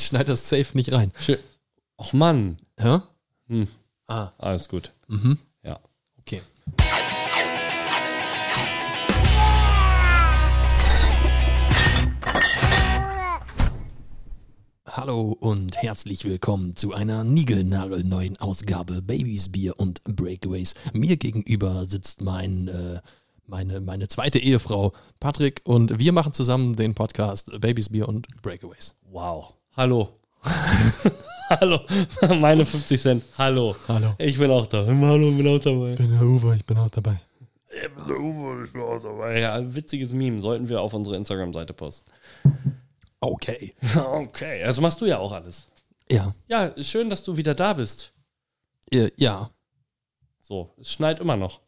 schneide das safe nicht rein. Schön. Och Mann. Hä? Hm. Ah. Alles gut. Mhm. Ja. Okay. Hallo und herzlich willkommen zu einer niegelnagelneuen Ausgabe Babys Bier und Breakaways. Mir gegenüber sitzt mein, äh, meine, meine zweite Ehefrau Patrick und wir machen zusammen den Podcast Babys Bier und Breakaways. Wow. Hallo. Hallo. Meine 50 Cent. Hallo. Hallo. Ich bin auch da. Hallo, bin auch dabei. bin der Uwe, ich bin auch dabei. Ja, ein witziges Meme sollten wir auf unsere Instagram-Seite posten. Okay. Okay, das machst du ja auch alles. Ja. Ja, schön, dass du wieder da bist. Äh, Ja. So, es schneit immer noch.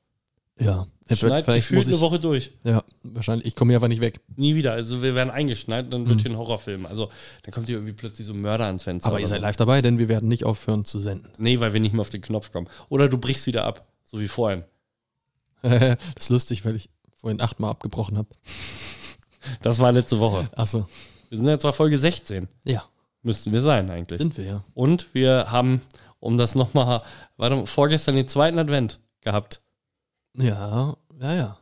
Ja. Schneit Vielleicht muss gefühlt ich, eine Woche durch. Ja, wahrscheinlich. Ich komme hier einfach nicht weg. Nie wieder. Also wir werden eingeschneit und dann wird hier ein Horrorfilm. Also dann kommt hier irgendwie plötzlich so ein Mörder ans Fenster. Mhm. Aber oder ihr seid so. also- live dabei, denn wir werden nicht aufhören zu senden. Nee, weil wir nicht mehr auf den Knopf kommen. Oder du brichst wieder ab, so wie vorhin. das ist lustig, weil ich vorhin achtmal abgebrochen habe. Das war letzte Woche. Achso. Wir sind jetzt bei Folge 16. Ja, Müssten wir sein eigentlich. sind wir ja. Und wir haben, um das nochmal, warte mal, vorgestern den zweiten Advent gehabt. Ja, ja, ja. ja, ja,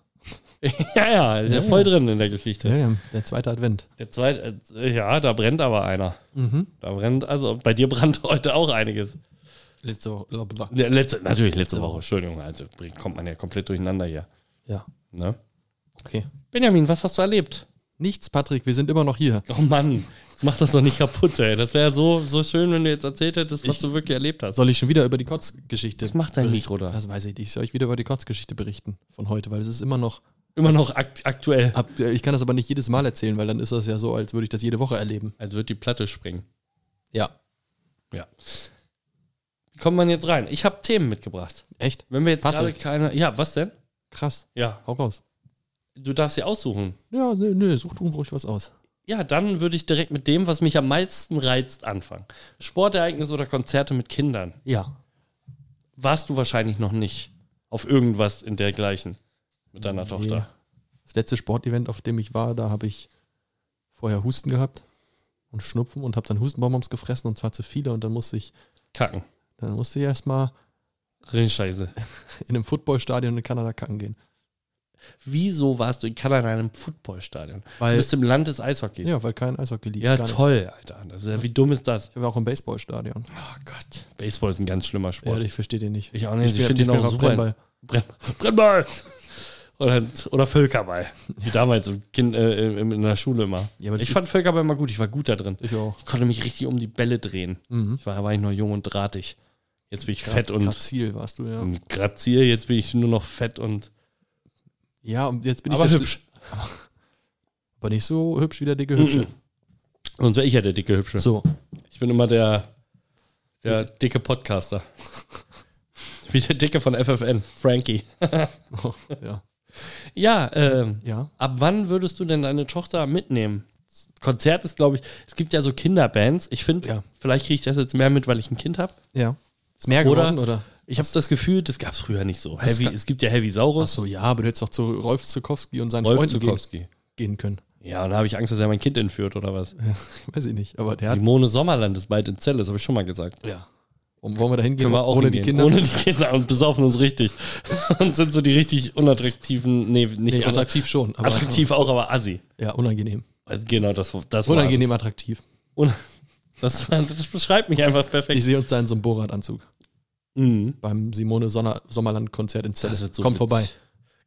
ist ja, Ja, ja. voll drin in der Geschichte. Ja, ja. Der zweite Advent. Der zweite, äh, ja, da brennt aber einer. Mhm. Da brennt, also bei dir brannt heute auch einiges. Letzte Woche. bla, bla, bla. Ja, Letzte, natürlich letzte Woche, Entschuldigung, also kommt man ja komplett durcheinander hier. Ja, Ne? okay. Benjamin, was hast du erlebt? Nichts, Patrick, wir sind immer noch hier. Oh Mann, jetzt mach das doch nicht kaputt, ey. Das wäre so, so schön, wenn du jetzt erzählt hättest, was Ich- du wirklich erlebt hast. Soll ich schon wieder über die Kotzgeschichte? Was macht dein Mikro da? Das weiß ich nicht. Ich soll euch wieder über die Kotzgeschichte berichten von heute, weil es ist immer noch Immer noch akt aktuell. aktuell. Ich kann das aber nicht jedes Mal erzählen, weil dann ist das ja so, als würde ich das jede Woche erleben. Als wird die Platte springen. Ja. Ja. Wie kommt man jetzt rein? Ich habe Themen mitgebracht. Echt? Wenn wir jetzt Warte. gerade keine. Ja, was denn? Krass. Ja. Hau raus. Du darfst sie aussuchen. Ja, nö, nö, such du ruhig was aus. Ja, dann würde ich direkt mit dem, was mich am meisten reizt, anfangen. Sportereignisse oder Konzerte mit Kindern. Ja. Warst du wahrscheinlich noch nicht auf irgendwas in dergleichen mit deiner Tochter. Das letzte Sportevent, auf dem ich war, da habe ich vorher Husten gehabt und Schnupfen und habe dann Hustenbonbons gefressen und zwar zu viele und dann musste ich, Kacken. dann musste ich erstmal Rinscheiße. in einem Footballstadion in Kanada kacken gehen. Wieso warst du in Kanada in einem Footballstadion? Du Weil, bist im Land des Eishockeys. ja, weil kein Eishockey liegt. Ja, gar nicht. toll, Alter. Das ist ja, wie dumm ist das? Ich war auch im Baseballstadion. Oh Gott. Baseball ist ein ganz schlimmer Sport. Ja, ich verstehe den nicht. Ich auch nicht. Ich, spiel- finde den spiel auch auf super. Brennball. Brenn, Brennball! Oder, oder Völkerball. Wie damals im kind, äh, in, in der Schule immer. Ja, aber das ich fand ist- Völkerball immer gut. Ich war gut da drin. Ich auch. Ich konnte mich richtig um die Bälle drehen. Mhm. Ich war, da war ich noch jung und drahtig. Jetzt bin ich fett und Mhm. Ziel warst du, ja. grazier. Jetzt bin ich nur noch fett und. Ja, und jetzt bin ich aber der hübsch. Schli- Aber nicht so hübsch wie der dicke Hübsche. Sonst wäre ich ja der dicke Hübsche. So. Ich bin immer der, der dicke Podcaster. Wie der Dicke von FFN, Frankie. ja. Ja, ähm, Ja. ab wann würdest du denn deine Tochter mitnehmen? Konzert ist, glaube ich, es gibt ja so Kinderbands. Ich finde, Ja. vielleicht kriege ich das jetzt mehr mit, weil ich ein Kind habe. Ja. Ist mehr Oder- geworden, oder? Ich habe das Gefühl, das gab es früher nicht so. Was Heavy, ga- es gibt ja Heavy Saurus, Achso, ja, aber du hättest doch zu Rolf Zukowski und seinen Wolf Freunden gehen, Zukowski. gehen können. Ja, und da habe ich Angst, dass er mein Kind entführt oder was. Weiß ich nicht, aber der hat. Simone Sommerland ist bald in Zelle, das habe ich schon mal gesagt. Ja. Und wollen wir da hingehen? Können wir auch ohne die hingehen. Kinder? Ohne die Kinder und besaufen uns richtig. Und sind so die richtig unattraktiven, nee, nicht nee, unattraktiv, attraktiv schon. Aber attraktiv auch, aber assi. Ja, unangenehm. Genau, das, das Unangenehm attraktiv. war das. Un- Das, das beschreibt mich einfach perfekt. Ich sehe uns da in so einem Borat-Anzug Mhm. beim Simone Sonner Sommerland-Konzert in Zelle. Das wird so Kommt witzig. vorbei.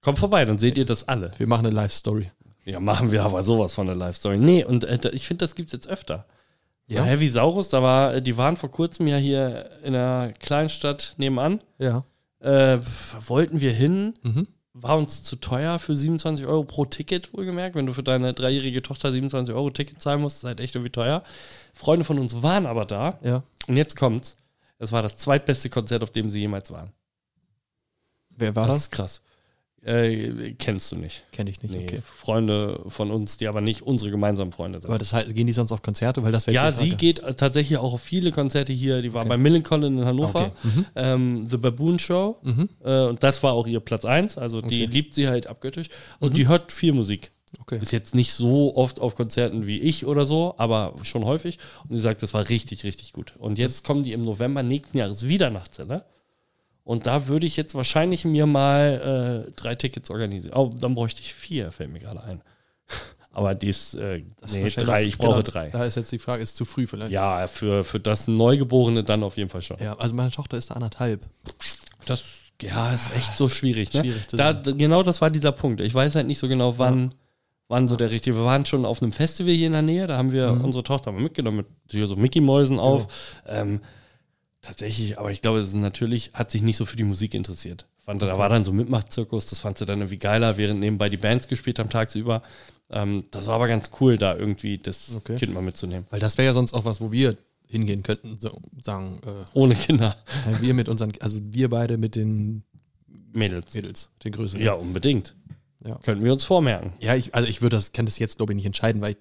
Kommt vorbei, dann seht ihr das alle. Wir machen eine Live-Story. Ja, machen wir aber sowas von der Live-Story. Nee, und äh, da- ich finde, das gibt's jetzt öfter. Ja. Bei Heavy Saurus, da war, äh, die waren vor kurzem ja hier in einer Kleinstadt nebenan. Ja. Äh, pf, wollten wir hin, Mhm. war uns zu teuer für 27 Euro pro Ticket, wohlgemerkt. Wenn du für deine dreijährige Tochter 27 Euro Ticket zahlen musst, ist halt echt irgendwie teuer. Freunde von uns waren aber da. Ja. Und jetzt kommt's. Es war das zweitbeste Konzert, auf dem sie jemals waren. Wer war das das? ist krass. Äh, kennst du nicht. Kenn ich nicht. Nee, Okay. Freunde von uns, die aber nicht unsere gemeinsamen Freunde sind. Aber das heißt, gehen die sonst auf Konzerte? Weil das wäre Ja, jetzt die sie Frage. geht äh, tatsächlich auch auf viele Konzerte hier. Die war Okay. bei Millencolin in Ah, Hannover, okay. Mhm. ähm, The Baboon Show. Mhm. Äh, und das war auch ihr Platz 1. Also die Okay. Mhm. liebt sie halt abgöttisch. Und die hört viel Musik. Okay. Ist jetzt nicht so oft auf Konzerten wie ich oder so, aber schon häufig. Und sie sagt, das war richtig, richtig gut. Und jetzt kommen die im November nächsten Jahres wieder nach Zelle. Und da würde ich jetzt wahrscheinlich mir mal äh, drei Tickets organisieren. Oh, dann bräuchte ich vier, fällt mir gerade ein. aber dies, äh, Das ist nee, wahrscheinlich drei, jetzt- ich brauche genau, drei. Da ist jetzt die Frage, ist zu früh vielleicht. Ja, für, für das Neugeborene dann auf jeden Fall schon. Ja, also meine Tochter ist da anderthalb. Das ja, ist echt so schwierig. Ne? Schwierig zu da, d- genau das war dieser Punkt. Ich weiß halt nicht so genau, wann, wann so der richtige. Wir waren schon auf einem Festival hier in der Nähe, da haben wir unsere Tochter mal mitgenommen, mit hier so Mickey-Mäusen auf. Ähm, tatsächlich, aber ich glaube, es ist natürlich, hat sich nicht so für die Musik interessiert. Fand, Da war dann so Mitmachzirkus, das fand sie dann irgendwie geiler, während nebenbei die Bands gespielt haben tagsüber. Ähm, das war aber ganz cool, da irgendwie das Okay. Kind mal mitzunehmen. Weil das wäre ja sonst auch was, wo wir hingehen könnten, so sagen, äh, Ohne Kinder. wir mit unseren, also wir beide mit den Mädels. Mädels, den Größeren. Ja, unbedingt. Ja. Könnten wir uns vormerken. Ja, ich, also ich würde das, kann das jetzt, glaube ich, nicht entscheiden, weil ich,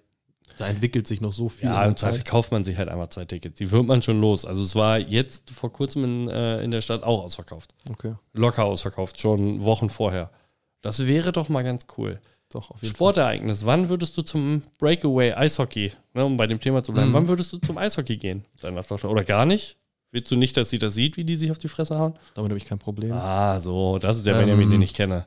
da entwickelt sich noch so viel. Ja, in im der Zeit. Zweifel kauft man sich halt einmal zwei Tickets. Die wird man schon los. Also es war jetzt vor kurzem in, äh, in der Stadt auch ausverkauft. Okay, Locker ausverkauft, schon Wochen vorher. Das wäre doch mal ganz cool. doch, auf jeden Sportereignis, wann würdest du zum Breakaway Eishockey, ne, um bei dem Thema zu Mhm. bleiben, wann würdest du zum Eishockey gehen? Deiner Tochter. Oder gar nicht? Willst du nicht, dass sie das sieht, wie die sich auf die Fresse hauen? Fall. Damit habe ich kein Problem. Ah, so, das ist der Ähm. Benjamin, den ich kenne.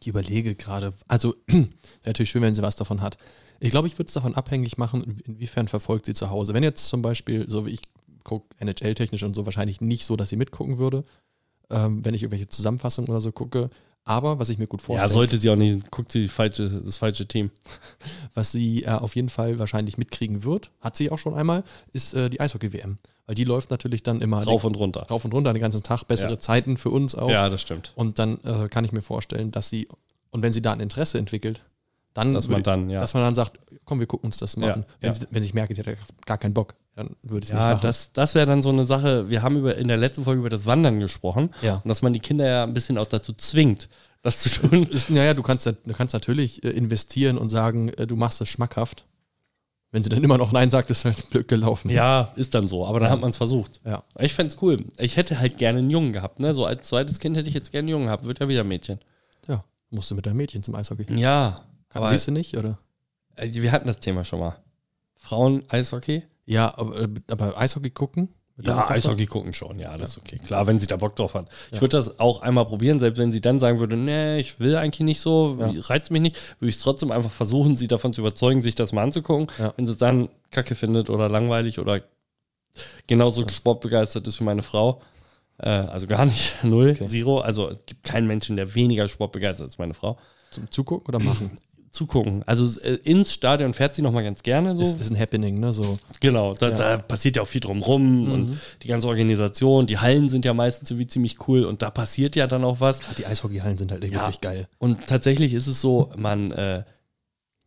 Ich überlege gerade, also wäre natürlich schön, wenn sie was davon hat. Ich glaube, ich würde es davon abhängig machen, in- inwiefern verfolgt sie zu Hause. Wenn jetzt zum Beispiel, so wie ich gucke, NHL-technisch und so, wahrscheinlich nicht so, dass sie mitgucken würde, ähm, wenn ich irgendwelche Zusammenfassungen oder so gucke. Aber was ich mir gut Ja, vorstelle, sollte sie auch nicht, guckt sie die falsche, das falsche Team. was sie äh, auf jeden Fall wahrscheinlich mitkriegen wird, hat sie auch schon einmal, ist äh, die Eishockey-WM. Weil die läuft natürlich dann immer Rauf und runter. rauf und runter den ganzen Tag, bessere Ja. Zeiten für uns auch. Ja, das stimmt. Und dann äh, kann ich mir vorstellen, dass sie, und wenn sie da ein Interesse entwickelt, dann Dass würde man dann, ja. dass man dann sagt, komm, wir gucken uns das mal Ja, an. Wenn, ja. sie- wenn ich merke, die hat gar keinen Bock, dann würde ich es Ja, nicht machen. das, das wäre dann so eine Sache. Wir haben über, in der letzten Folge über das Wandern gesprochen Ja. und dass man die Kinder ja ein bisschen auch dazu zwingt, das zu tun. Naja, du kannst, du kannst natürlich äh, investieren und sagen, äh, du machst es schmackhaft. Wenn sie dann immer noch Nein sagt, ist halt blöd gelaufen. Ja, ist dann so, aber dann hat man es versucht. Ja. Ich fände es cool. Ich hätte halt gerne einen Jungen gehabt. Ne? So als zweites Kind hätte ich jetzt gerne einen Jungen gehabt. Wird ja wieder ein Mädchen. ja. Musst du mit deinem Mädchen zum Eishockey. Ja, Kann, aber siehst du nicht, oder? äh, wir hatten das Thema schon mal. Frauen, Eishockey? Ja, aber, äh, aber Eishockey gucken? mit deiner Ja, Tochter? Eishockey gucken schon, ja, das ist okay. Klar, wenn sie da Bock drauf hat. Ich Ja. würde das auch einmal probieren, selbst wenn sie dann sagen würde, nee, ich will eigentlich nicht so, Ja. reizt mich nicht, würde ich es trotzdem einfach versuchen, sie davon zu überzeugen, sich das mal anzugucken. Ja. Wenn sie es dann kacke findet oder langweilig oder genauso sportbegeistert ist wie meine Frau, äh, also gar nicht, null, zero, also es gibt keinen Menschen, der weniger sportbegeistert ist als meine Frau, Zum Zugucken oder machen? zugucken. Also äh, ins Stadion fährt sie nochmal ganz gerne so. ist, ist ein Happening, ne? So. Genau, da, da passiert ja auch viel drumrum Mhm. und die ganze Organisation, die Hallen sind ja meistens irgendwie ziemlich cool und da passiert ja dann auch was. Ah, Die Eishockeyhallen sind halt wirklich geil. Und tatsächlich ist es so, man, äh,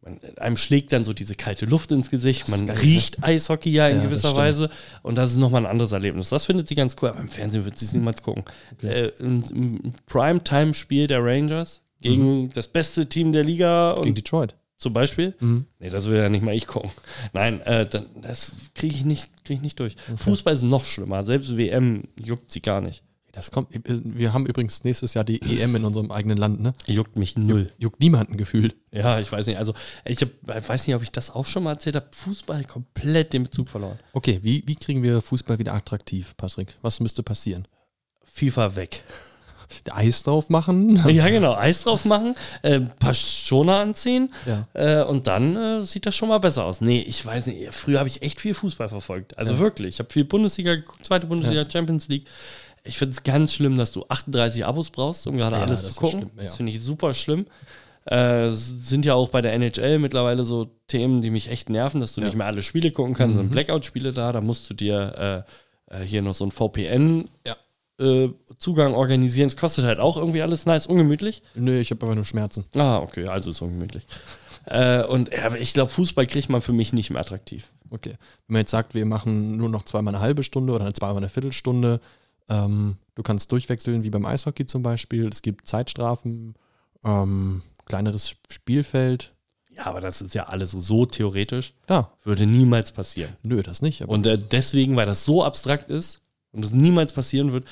man einem schlägt dann so diese kalte Luft ins Gesicht, man geil, ne? riecht Eishockey ja in Ja, das gewisser stimmt. Weise und das ist nochmal ein anderes Erlebnis. Das findet sie ganz cool, aber im Fernsehen wird sie es niemals gucken. Äh, ein ein Primetime-Spiel der Rangers gegen das beste Team der Liga und Mhm. Gegen Detroit. zum Beispiel? Nee, das will ja nicht mal ich gucken. Nein, äh, dann, das kriege ich, nicht- krieg ich nicht durch. Fußball ist noch schlimmer. Selbst WM juckt sie gar nicht. Das kommt, äh, wir haben übrigens nächstes Jahr die EM in unserem eigenen Land, ne? Juckt mich null. Juckt niemanden gefühlt. Ja, ich weiß nicht. Also, ich hab, ich weiß nicht, ob ich das auch schon mal erzählt habe. Fußball komplett den Bezug verloren. Okay, wie, wie kriegen wir Fußball wieder attraktiv, Patrick? Was müsste passieren? FIFA weg. Eis drauf machen? Ja, genau. Eis drauf machen, äh, ein paar Schoner anziehen Ja. äh, und dann äh, sieht das schon mal besser aus. Nee, ich weiß nicht. Früher habe ich echt viel Fußball verfolgt. Also wirklich. Ich habe viel Bundesliga geguckt, zweite Bundesliga, Champions League. Ich finde es ganz schlimm, dass du 38 Abos brauchst, um gerade Ja, alles das zu ist gucken. schlimm, ja. Das finde ich super schlimm. Äh, es sind ja auch bei der NHL mittlerweile so Themen, die mich echt nerven, dass du nicht mehr alle Spiele gucken kannst. Mhm. Sind Blackout-Spiele da, da musst du dir äh, äh, hier noch so ein VPN Ja. äh, Zugang organisieren. Es kostet halt auch irgendwie alles nice, ungemütlich. Nö, ich habe einfach nur Schmerzen. Ah, okay, also ist ungemütlich. äh, und ja, aber ich glaube, Fußball kriegt man für mich nicht mehr attraktiv. Okay. Wenn man jetzt sagt, wir machen nur noch zweimal eine halbe Stunde oder zweimal eine Viertelstunde, ähm, du kannst durchwechseln, wie beim Eishockey zum Beispiel. Es gibt Zeitstrafen, ähm, kleineres Spielfeld. Ja, aber das ist ja alles so theoretisch, Da, würde niemals passieren. nö, das nicht. Aber Und äh, deswegen, weil das so abstrakt ist und es niemals passieren wird,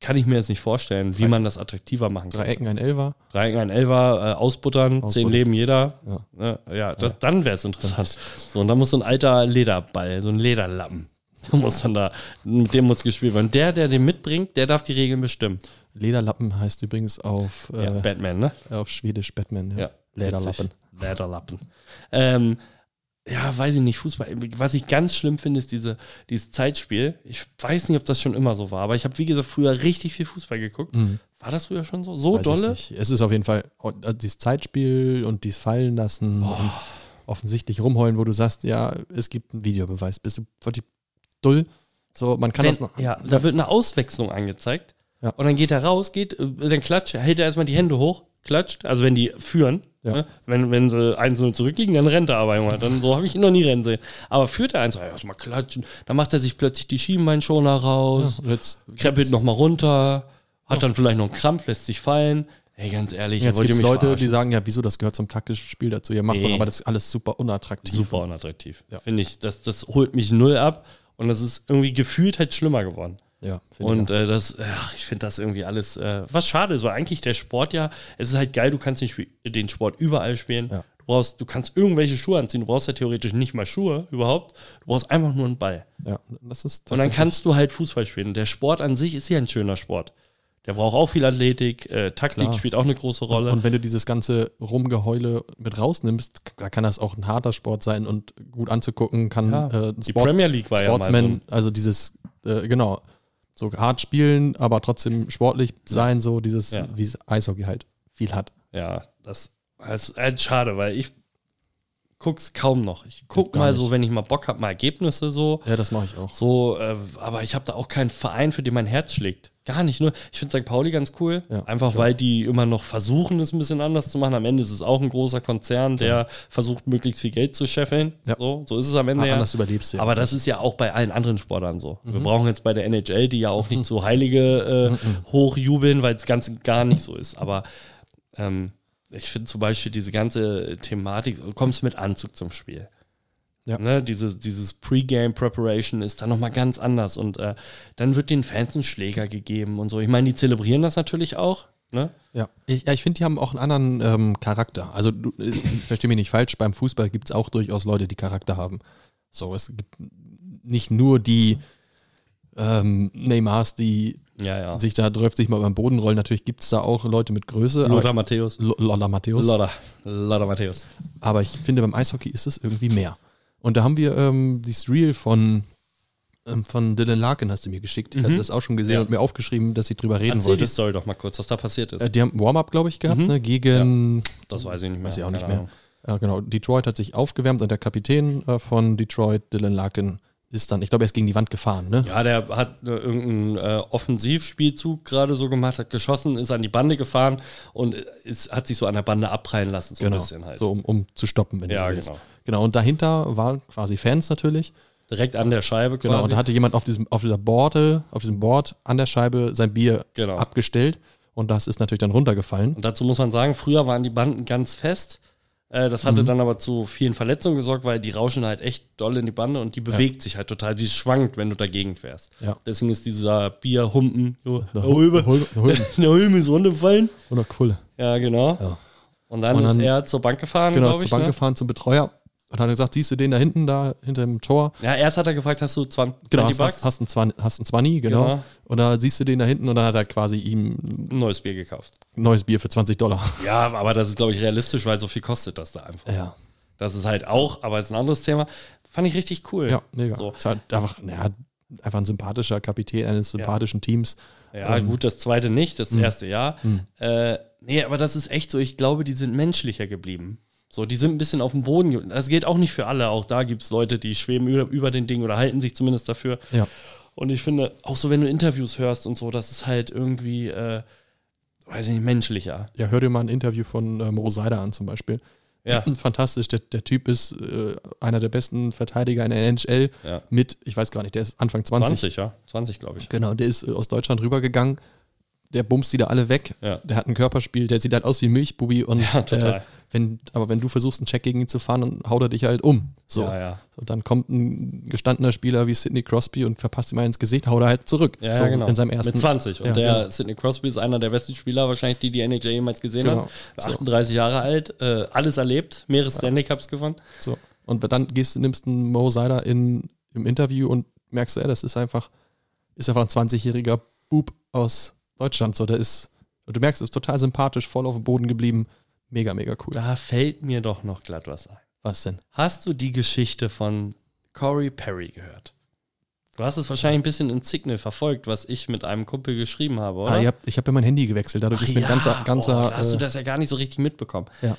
kann ich mir jetzt nicht vorstellen, wie man das attraktiver machen kann. Drei Ecken, ein Elfer. Drei, ein Elfer, äh, ausbuttern, zehn Ausbuttern. Leben jeder. Ja. Ne? ja das, dann wäre es interessant. So, und dann muss so ein alter Lederball, so ein Lederlappen, der muss dann da, mit dem muss gespielt werden. Der, der den mitbringt, der darf die Regeln bestimmen. Lederlappen heißt übrigens auf, Ja, äh, Batman, ne? auf Schwedisch Batman. Ja. Lederlappen. Witzig. Lederlappen. Ähm, ja, weiß ich nicht, Fußball. Was ich ganz schlimm finde, ist diese, dieses Zeitspiel. Ich weiß nicht, ob das schon immer so war, aber ich habe, wie gesagt, früher richtig viel Fußball geguckt. Mhm. War das früher schon so? So Weiß ich dolle? nicht. Es ist auf jeden Fall oh, also dieses Zeitspiel und dies fallen lassen und offensichtlich rumheulen, wo du sagst, ja, es gibt einen Videobeweis. Bist du völlig dull? So, man kann Wenn, das noch. ja, da wird eine Auswechslung angezeigt. Ja. Und dann geht er raus, geht, äh, dann klatscht, er, hält er erstmal die Hände hoch, klatscht. Also wenn die führen, Ja. ne? wenn, wenn sie 1-0 zurückliegen, dann rennt er aber immer. Dann, so habe ich ihn noch nie rennen sehen. Aber führt er 1 ja, erstmal klatschen, dann macht er sich plötzlich die Schienbeinschoner raus, Jetzt, kreppelt nochmal runter, hat dann vielleicht noch einen Krampf, lässt sich fallen. Ey, ganz ehrlich, jetzt wollt gibt ihr es mich Leute, verarschen? die sagen, ja, wieso, das gehört zum taktischen Spiel dazu. Ihr macht Nee. doch aber das alles super unattraktiv. super unattraktiv. Ja. Finde ich, das, das holt mich null ab. Und das ist irgendwie gefühlt halt schlimmer geworden. Ja, finde Und äh, das, ach, ich finde das irgendwie alles, äh, was schade ist, weil eigentlich der Sport ja, es ist halt geil, du kannst den, Spiel, den Sport überall spielen. Ja. Du brauchst, du kannst irgendwelche Schuhe anziehen, du brauchst ja theoretisch nicht mal Schuhe überhaupt, du brauchst einfach nur einen Ball. ich. Ja, das ist Und dann tatsächlich- kannst du halt Fußball spielen. Und der Sport an sich ist ja ein schöner Sport. Der braucht auch viel Athletik, äh, Taktik Klar. spielt auch eine große Rolle. Und wenn du dieses ganze Rumgeheule mit rausnimmst, da kann das auch ein harter Sport sein und gut anzugucken kann. Ja, äh, die Premier League war ja mal Sportsman, so ein- also dieses, äh, genau, so hart spielen, aber trotzdem sportlich sein, so dieses, Ja. wie es Eishockey halt viel hat. ja, das das ist halt schade, weil ich guck's kaum noch. Ich guck Gar mal nicht. so, wenn ich mal Bock hab, mal Ergebnisse so. Ja, das mache ich auch. So, äh, aber ich habe da auch keinen Verein, für den mein Herz schlägt. Gar nicht. Nur, ich finde St. Pauli ganz cool. Ja, einfach ich weil die immer noch versuchen, es ein bisschen anders zu machen. Am Ende ist es auch ein großer Konzern, der versucht, möglichst viel Geld zu scheffeln. Ja. So, so ist es am Ende. Ah, ja. anders überlebst du ja. Aber das ist ja auch bei allen anderen Sportlern so. Wir Mhm. brauchen jetzt bei der NHL, die ja auch nicht so heilige Mhm. äh, hochjubeln, weil es ganz gar nicht so ist. Aber ähm, ich finde zum Beispiel diese ganze Thematik, du kommst mit Anzug zum Spiel. Ja. Ne, dieses dieses Pre-Game-Preparation ist dann nochmal ganz anders. Und äh, dann wird den Fans ein Schläger gegeben und so. Ich meine, die zelebrieren das natürlich auch. Ne? Ja, ich, ja, ich finde, die haben auch einen anderen ähm, Charakter. Also, du, ich verstehe mich nicht falsch, beim Fußball gibt es auch durchaus Leute, die Charakter haben. So, es gibt nicht nur die ähm, Neymars, die Ja, ja. sich da dröft sich mal beim Boden rollen. Natürlich gibt es da auch Leute mit Größe. Lothar aber- Matthäus. Lo- Lola Matthäus. Lothar. Lothar Matthäus. Aber ich finde, beim Eishockey ist es irgendwie mehr. Und da haben wir ähm, dieses Reel von, ähm, von Dylan Larkin, hast du mir geschickt. Ich hatte das auch schon gesehen Mhm. Ja. und mir aufgeschrieben, dass ich drüber reden Erzähl Mhm. die wollte. Story doch mal kurz, was da passiert ist. Äh, die haben Warm-up, glaube ich, gehabt, ne? gegen Das weiß ich nicht mehr. Weiß ich auch nicht Keine mehr. Ahnung. Ja, genau. Detroit hat sich aufgewärmt und der Kapitän äh, von Detroit, Dylan Larkin, ist dann, ich glaube, er ist gegen die Wand gefahren, ne? Ja, der hat äh, irgendeinen äh, Offensivspielzug gerade so gemacht, hat geschossen, ist an die Bande gefahren und äh, ist, hat sich so an der Bande abprallen lassen, so genau. ein bisschen halt. So, um, um zu stoppen, wenn du Ja, so willst. genau. Genau, und dahinter waren quasi Fans natürlich. Direkt an der Scheibe quasi. Genau, und da hatte jemand auf diesem, auf dieser Borde, auf diesem Board an der Scheibe sein Bier Genau. abgestellt und das ist natürlich dann runtergefallen. Und dazu muss man sagen, früher waren die Banden ganz fest. Äh, Das Mhm. hatte dann aber zu vielen Verletzungen gesorgt, weil die rauschen halt echt doll in die Bande und die bewegt sich halt total. Die schwankt, wenn du dagegen fährst. Ja. Deswegen ist dieser Bierhumpen, jo, der Hu- Hulme, Hulme- der Hulme. der Hulme ist runtergefallen. Oder cool. Ja, genau. Ja. Und, dann Und dann- ist er zur Bank gefahren, Genau, glaub ist zur ich, Bank ne? gefahren zum Betreuer und hat gesagt, siehst du den da hinten, da hinter dem Tor? Ja, erst hat er gefragt, hast du 20 Genau, 20 hast, hast, hast, einen Zwan, hast einen Zwanni, genau. Genau. Und da siehst du den da hinten und dann hat er quasi ihm ein neues Bier gekauft. ein neues Bier für 20 Dollar. Ja, aber das ist, glaube ich, realistisch, weil so viel kostet das da einfach. Ja. Das ist halt auch, aber ist ein anderes Thema. Fand ich richtig cool. Ja, mega. So. Ist halt einfach, naja, einfach ein sympathischer Kapitän eines sympathischen Teams. Ja, Ähm, mm. gut, das zweite nicht, das erste ja. Äh, nee, aber das ist echt so, ich glaube, die sind menschlicher geblieben. So, die sind ein bisschen auf dem Boden. ge- Das geht auch nicht für alle. Auch da gibt es Leute, die schweben über, über den Ding oder halten sich zumindest dafür. Ja. Und ich finde, auch so, wenn du Interviews hörst und so, das ist halt irgendwie, äh, weiß ich nicht, menschlicher. Ja, hör dir mal ein Interview von äh, Mo Seider an zum Beispiel. Ja. Fantastisch. Der, der Typ ist äh, einer der besten Verteidiger in der NHL Ja. mit, ich weiß gar nicht, der ist Anfang 20. 20, ja. 20, glaube ich. Genau, der ist äh, aus Deutschland rübergegangen. der bumst die da alle weg. Ja. Der hat ein Körperspiel, der sieht halt aus wie ein Milchbubi. Und, Ja, total. Äh, wenn, aber wenn du versuchst, einen Check gegen ihn zu fahren, dann haut er dich halt um. So. Ja, ja. Und dann kommt ein gestandener Spieler wie Sidney Crosby und verpasst ihm einen ins Gesicht, haut er halt zurück. Ja, so, ja, genau. In seinem ersten Mit 20. Und Ja, der genau. Sidney Crosby ist einer der besten Spieler, wahrscheinlich die die NHL jemals gesehen Genau. hat. So. 38 Jahre alt, äh, alles erlebt, mehrere Stanley Cups gewonnen. So. Und dann gehst, du- nimmst einen Mo Seider in, im Interview und merkst, ey, das ist einfach, ist einfach ein 20-jähriger Bub aus Deutschland. So, der ist, du merkst, ist total sympathisch, voll auf dem Boden geblieben. Mega, mega cool. Da fällt mir doch noch glatt was ein. Was denn? Hast du die Geschichte von Corey Perry gehört? Du hast es wahrscheinlich ein bisschen in Signal verfolgt, was ich mit einem Kumpel geschrieben habe, oder? Ah, ich habe ich hab ja mein Handy gewechselt, dadurch Ach ist mein ja, ganzer, boah, ganzer da hast du äh, das ja gar nicht so richtig mitbekommen. Ja.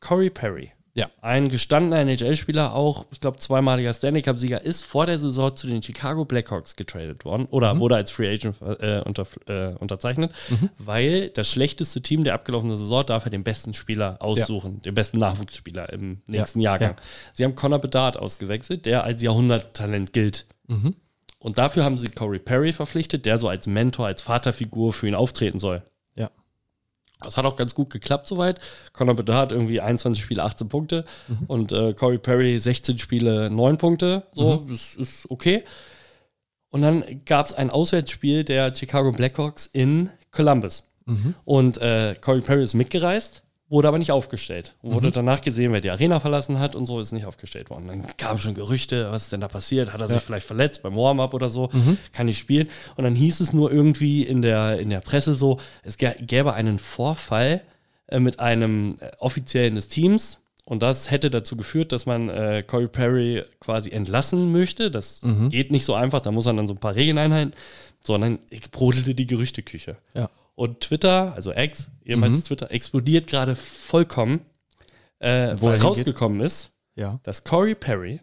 Corey Perry, Ja. ein gestandener NHL-Spieler, auch, ich glaube, zweimaliger Stanley Cup-Sieger, ist vor der Saison zu den Chicago Blackhawks getradet worden oder Mhm. wurde als Free Agent äh, unter, äh, unterzeichnet, weil das schlechteste Team der abgelaufenen Saison darf er den besten Spieler aussuchen, den besten Nachwuchsspieler im nächsten Ja, Jahrgang. Sie haben Connor Bedard ausgewechselt, der als Jahrhunderttalent gilt. Mhm. Und dafür haben sie Corey Perry verpflichtet, der so als Mentor, als Vaterfigur für ihn auftreten soll. ja. Das hat auch ganz gut geklappt soweit. Conor Bedard irgendwie 21 Spiele, 18 Punkte und äh, Corey Perry 16 Spiele, 9 Punkte. So, das ist okay. Und dann gab es ein Auswärtsspiel der Chicago Blackhawks in Columbus. Und äh, Corey Perry ist mitgereist, wurde aber nicht aufgestellt. Wurde danach gesehen, wer die Arena verlassen hat und so ist nicht aufgestellt worden. Dann kamen schon Gerüchte, was ist denn da passiert? Hat er sich vielleicht verletzt beim Warm-up oder so? Kann nicht spielen. Und dann hieß es nur irgendwie in der, in der Presse so, es gä- gäbe einen Vorfall äh, mit einem äh, Offiziellen des Teams. Und das hätte dazu geführt, dass man äh, Corey Perry quasi entlassen möchte. Das Mhm. geht nicht so einfach, da muss er dann so ein paar Regeln einhalten. Sondern brodelte die Gerüchteküche. Ja. Und Twitter, also X, ehemals Twitter, explodiert gerade vollkommen, Mhm. Wo äh, er weil hingeht? rausgekommen ist, Ja. dass Corey Perry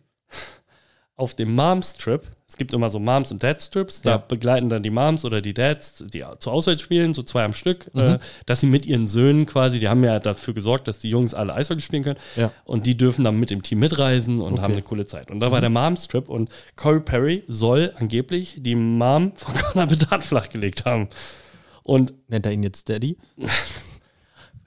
auf dem Moms-Trip, es gibt immer so Moms- und Dads-Trips, da Ja. begleiten dann die Moms oder die Dads, die zu Auswärts spielen, so zwei am Stück, Mhm. äh, dass sie mit ihren Söhnen quasi, die haben ja dafür gesorgt, dass die Jungs alle Eishockey spielen können Ja. und die dürfen dann mit dem Team mitreisen und haben eine coole Zeit. Und da Mhm. war der Moms-Trip und Corey Perry soll angeblich die Mom von Connor Bedard flachgelegt haben. Und Nennt er ihn jetzt Daddy?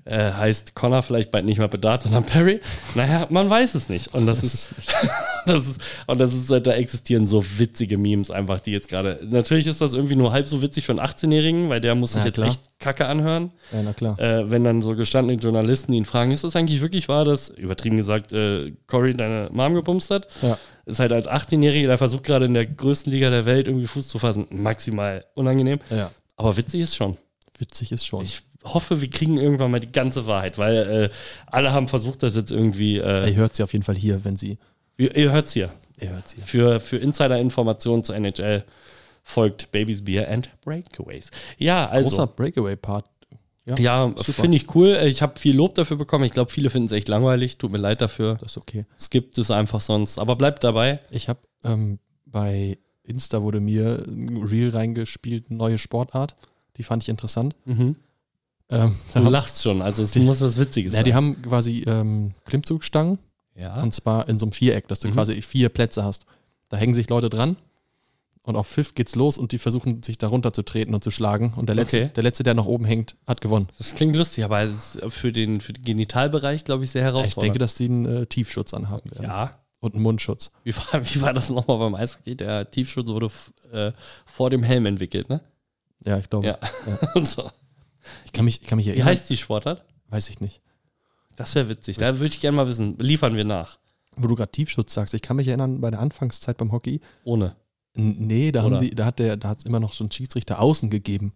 äh, heißt Connor vielleicht bald nicht mehr Bedard, sondern Perry? Naja, man weiß es nicht. Und das ist, das ist, und das ist, äh, da existieren so witzige Memes einfach, die jetzt gerade. Natürlich ist das irgendwie nur halb so witzig für einen 18-Jährigen, weil der muss sich Ja, jetzt klar. echt Kacke anhören. Ja, na klar. Äh, wenn dann so gestandene Journalisten ihn fragen, ist das eigentlich wirklich wahr, dass, übertrieben gesagt, äh, Corey deine Mom gebumst hat? Ja. Ist halt als 18-Jähriger, der versucht gerade in der größten Liga der Welt irgendwie Fuß zu fassen. Maximal unangenehm. Ja. Aber witzig ist schon. Witzig ist schon. Ich hoffe, wir kriegen irgendwann mal die ganze Wahrheit, weil äh, alle haben versucht, das jetzt irgendwie. Äh, ihr hört sie auf jeden Fall hier, wenn sie. ihr ihr hört's hier. Ihr hört sie. Für, für Insider-Informationen zur NHL folgt Babys Beer and Breakaways. Ja, also. Großer Breakaway-Part. ja, super. finde ich cool. Ich habe viel Lob dafür bekommen. Ich glaube, viele finden es echt langweilig. Tut mir leid dafür. Das ist okay. Es gibt es einfach sonst. Aber bleibt dabei. Ich habe ähm, bei Insta wurde mir ein Reel reingespielt, neue Sportart. Die fand ich interessant. Ähm, da Du haben, lachst schon. Also es muss was Witziges ja, die sein. haben quasi ähm, Klimmzugstangen Ja. und zwar in so einem Viereck, Mhm. dass du quasi vier Plätze hast. Da hängen sich Leute dran und auf Pfiff geht's los und die versuchen sich darunter zu treten und zu schlagen. Und der letzte, Okay. der, letzte der nach oben hängt, hat gewonnen. Das klingt lustig, aber es ist für den, für den Genitalbereich, glaube ich, sehr Ich denke, herausfordernd. dass die einen äh, Tiefschutz anhaben werden. ja. Und einen Mundschutz. Wie war, wie war das nochmal beim Eishockey? Der Tiefschutz wurde f- äh, vor dem Helm entwickelt, ne? Ja, ich glaube. Ja. Und so. Ich, kann mich, ich kann mich Wie erinnern. heißt die Sportart? Weiß ich nicht. Das wäre witzig. Da würde ich gerne mal wissen. Liefern wir nach. Wo du gerade Tiefschutz sagst, ich kann mich erinnern, bei der Anfangszeit beim Hockey, Ohne. n- nee, da, Oder? haben die, da hat der, da hat's immer noch so einen Schiedsrichter außen gegeben.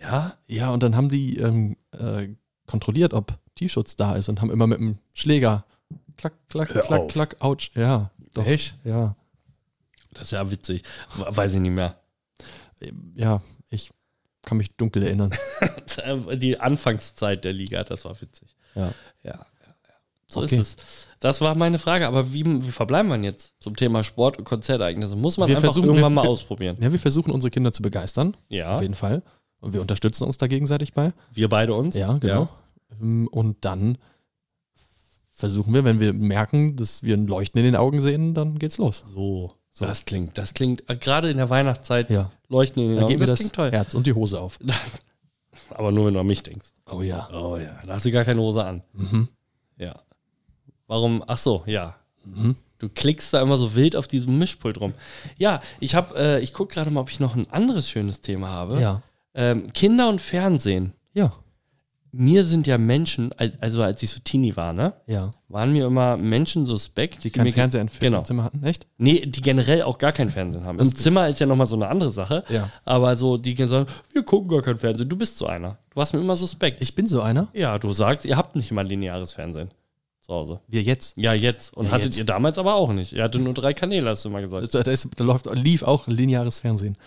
Ja? Ja, und dann haben die ähm, äh, kontrolliert, ob Tiefschutz da ist und haben immer mit dem Schläger klack, klack, Hör klack, auf. klack, ouch. Ja, doch. Echt? Ja, Das ist ja witzig. We- Weiß ich nicht mehr. Ähm, ja, ich kann mich dunkel erinnern. Die Anfangszeit der Liga, das war witzig. Ja. Ja. ja, ja. So Okay. ist es. Das war meine Frage. Aber wie, wie verbleiben wir denn jetzt zum Thema Sport und Konzertereignisse? Muss man Wir einfach versuchen- irgendwann wir- mal wir- ausprobieren. Ja, wir versuchen unsere Kinder zu begeistern, Ja. auf jeden Fall. Und wir unterstützen uns da gegenseitig bei. Wir beide uns? Ja, genau. Ähm, Und dann versuchen wir, wenn wir merken, dass wir ein Leuchten in den Augen sehen, dann geht's los. So. Das klingt, das klingt, äh, gerade in der Weihnachtszeit Ja. leuchten in den Dann Augen. geben wir Das das, klingt toll. Herz und die Hose auf. Aber nur, wenn du an mich denkst. Mhm. Oh ja. Oh ja, da hast du gar keine Hose an. Ja. Warum? Ach so, ja. Du klickst da immer so wild auf diesem Mischpult rum. Ja, ich habe, äh, ich gucke gerade mal, ob ich noch ein anderes schönes Thema habe. Ja. Ähm, Kinder und Fernsehen. Ja. Mir sind ja Menschen, al- also als ich so Teenie war, ne, Ja. waren mir immer Menschen suspekt, die Kein mir- Fernseher im Film- Genau. Zimmer hatten, echt? Nee, die generell auch gar kein Fernsehen haben. Im Zimmer ist ja nochmal so eine andere Sache. Ja. Aber so, die sagen, wir gucken gar kein Fernsehen. Du bist so einer. Du warst mir immer suspekt. Ich bin so einer. Ja, du sagst, ihr habt nicht immer lineares Fernsehen zu Hause. Wir jetzt. Ja, jetzt. Und Ja, hattet jetzt. ihr damals aber auch nicht. Ihr hattet nur drei Kanäle, hast du mal gesagt. Da, ist, da läuft, lief auch lineares Fernsehen.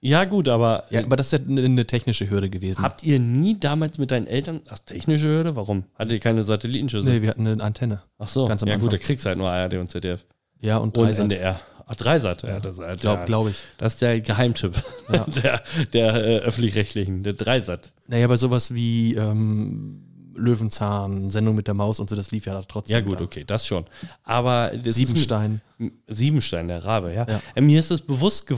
Ja, gut, aber Ja, aber das ist ja eine, eine technische Hürde gewesen. habt ihr nie damals mit deinen Eltern. Ach, technische Hürde? Warum? Hattet ihr keine Satellitenschüssel? nee, wir hatten eine Antenne. Ach so. ganz am ja, gut, da Anfang. kriegst du halt nur ARD und ZDF. Ja, und Und Dreisat. NDR. Ach, Dreisat. Ja, das, ist halt Glaub, der- glaube ich. das ist der Geheimtipp Ja. der, der äh, öffentlich-rechtlichen, der Dreisat. Naja, bei sowas wie ähm, Löwenzahn, Sendung mit der Maus und so, das lief ja trotzdem. Ja, gut, da. okay, das schon. Aber das ist, Siebenstein. Siebenstein, der Rabe, ja. Ja. Äh, Mir ist es bewusst geworden,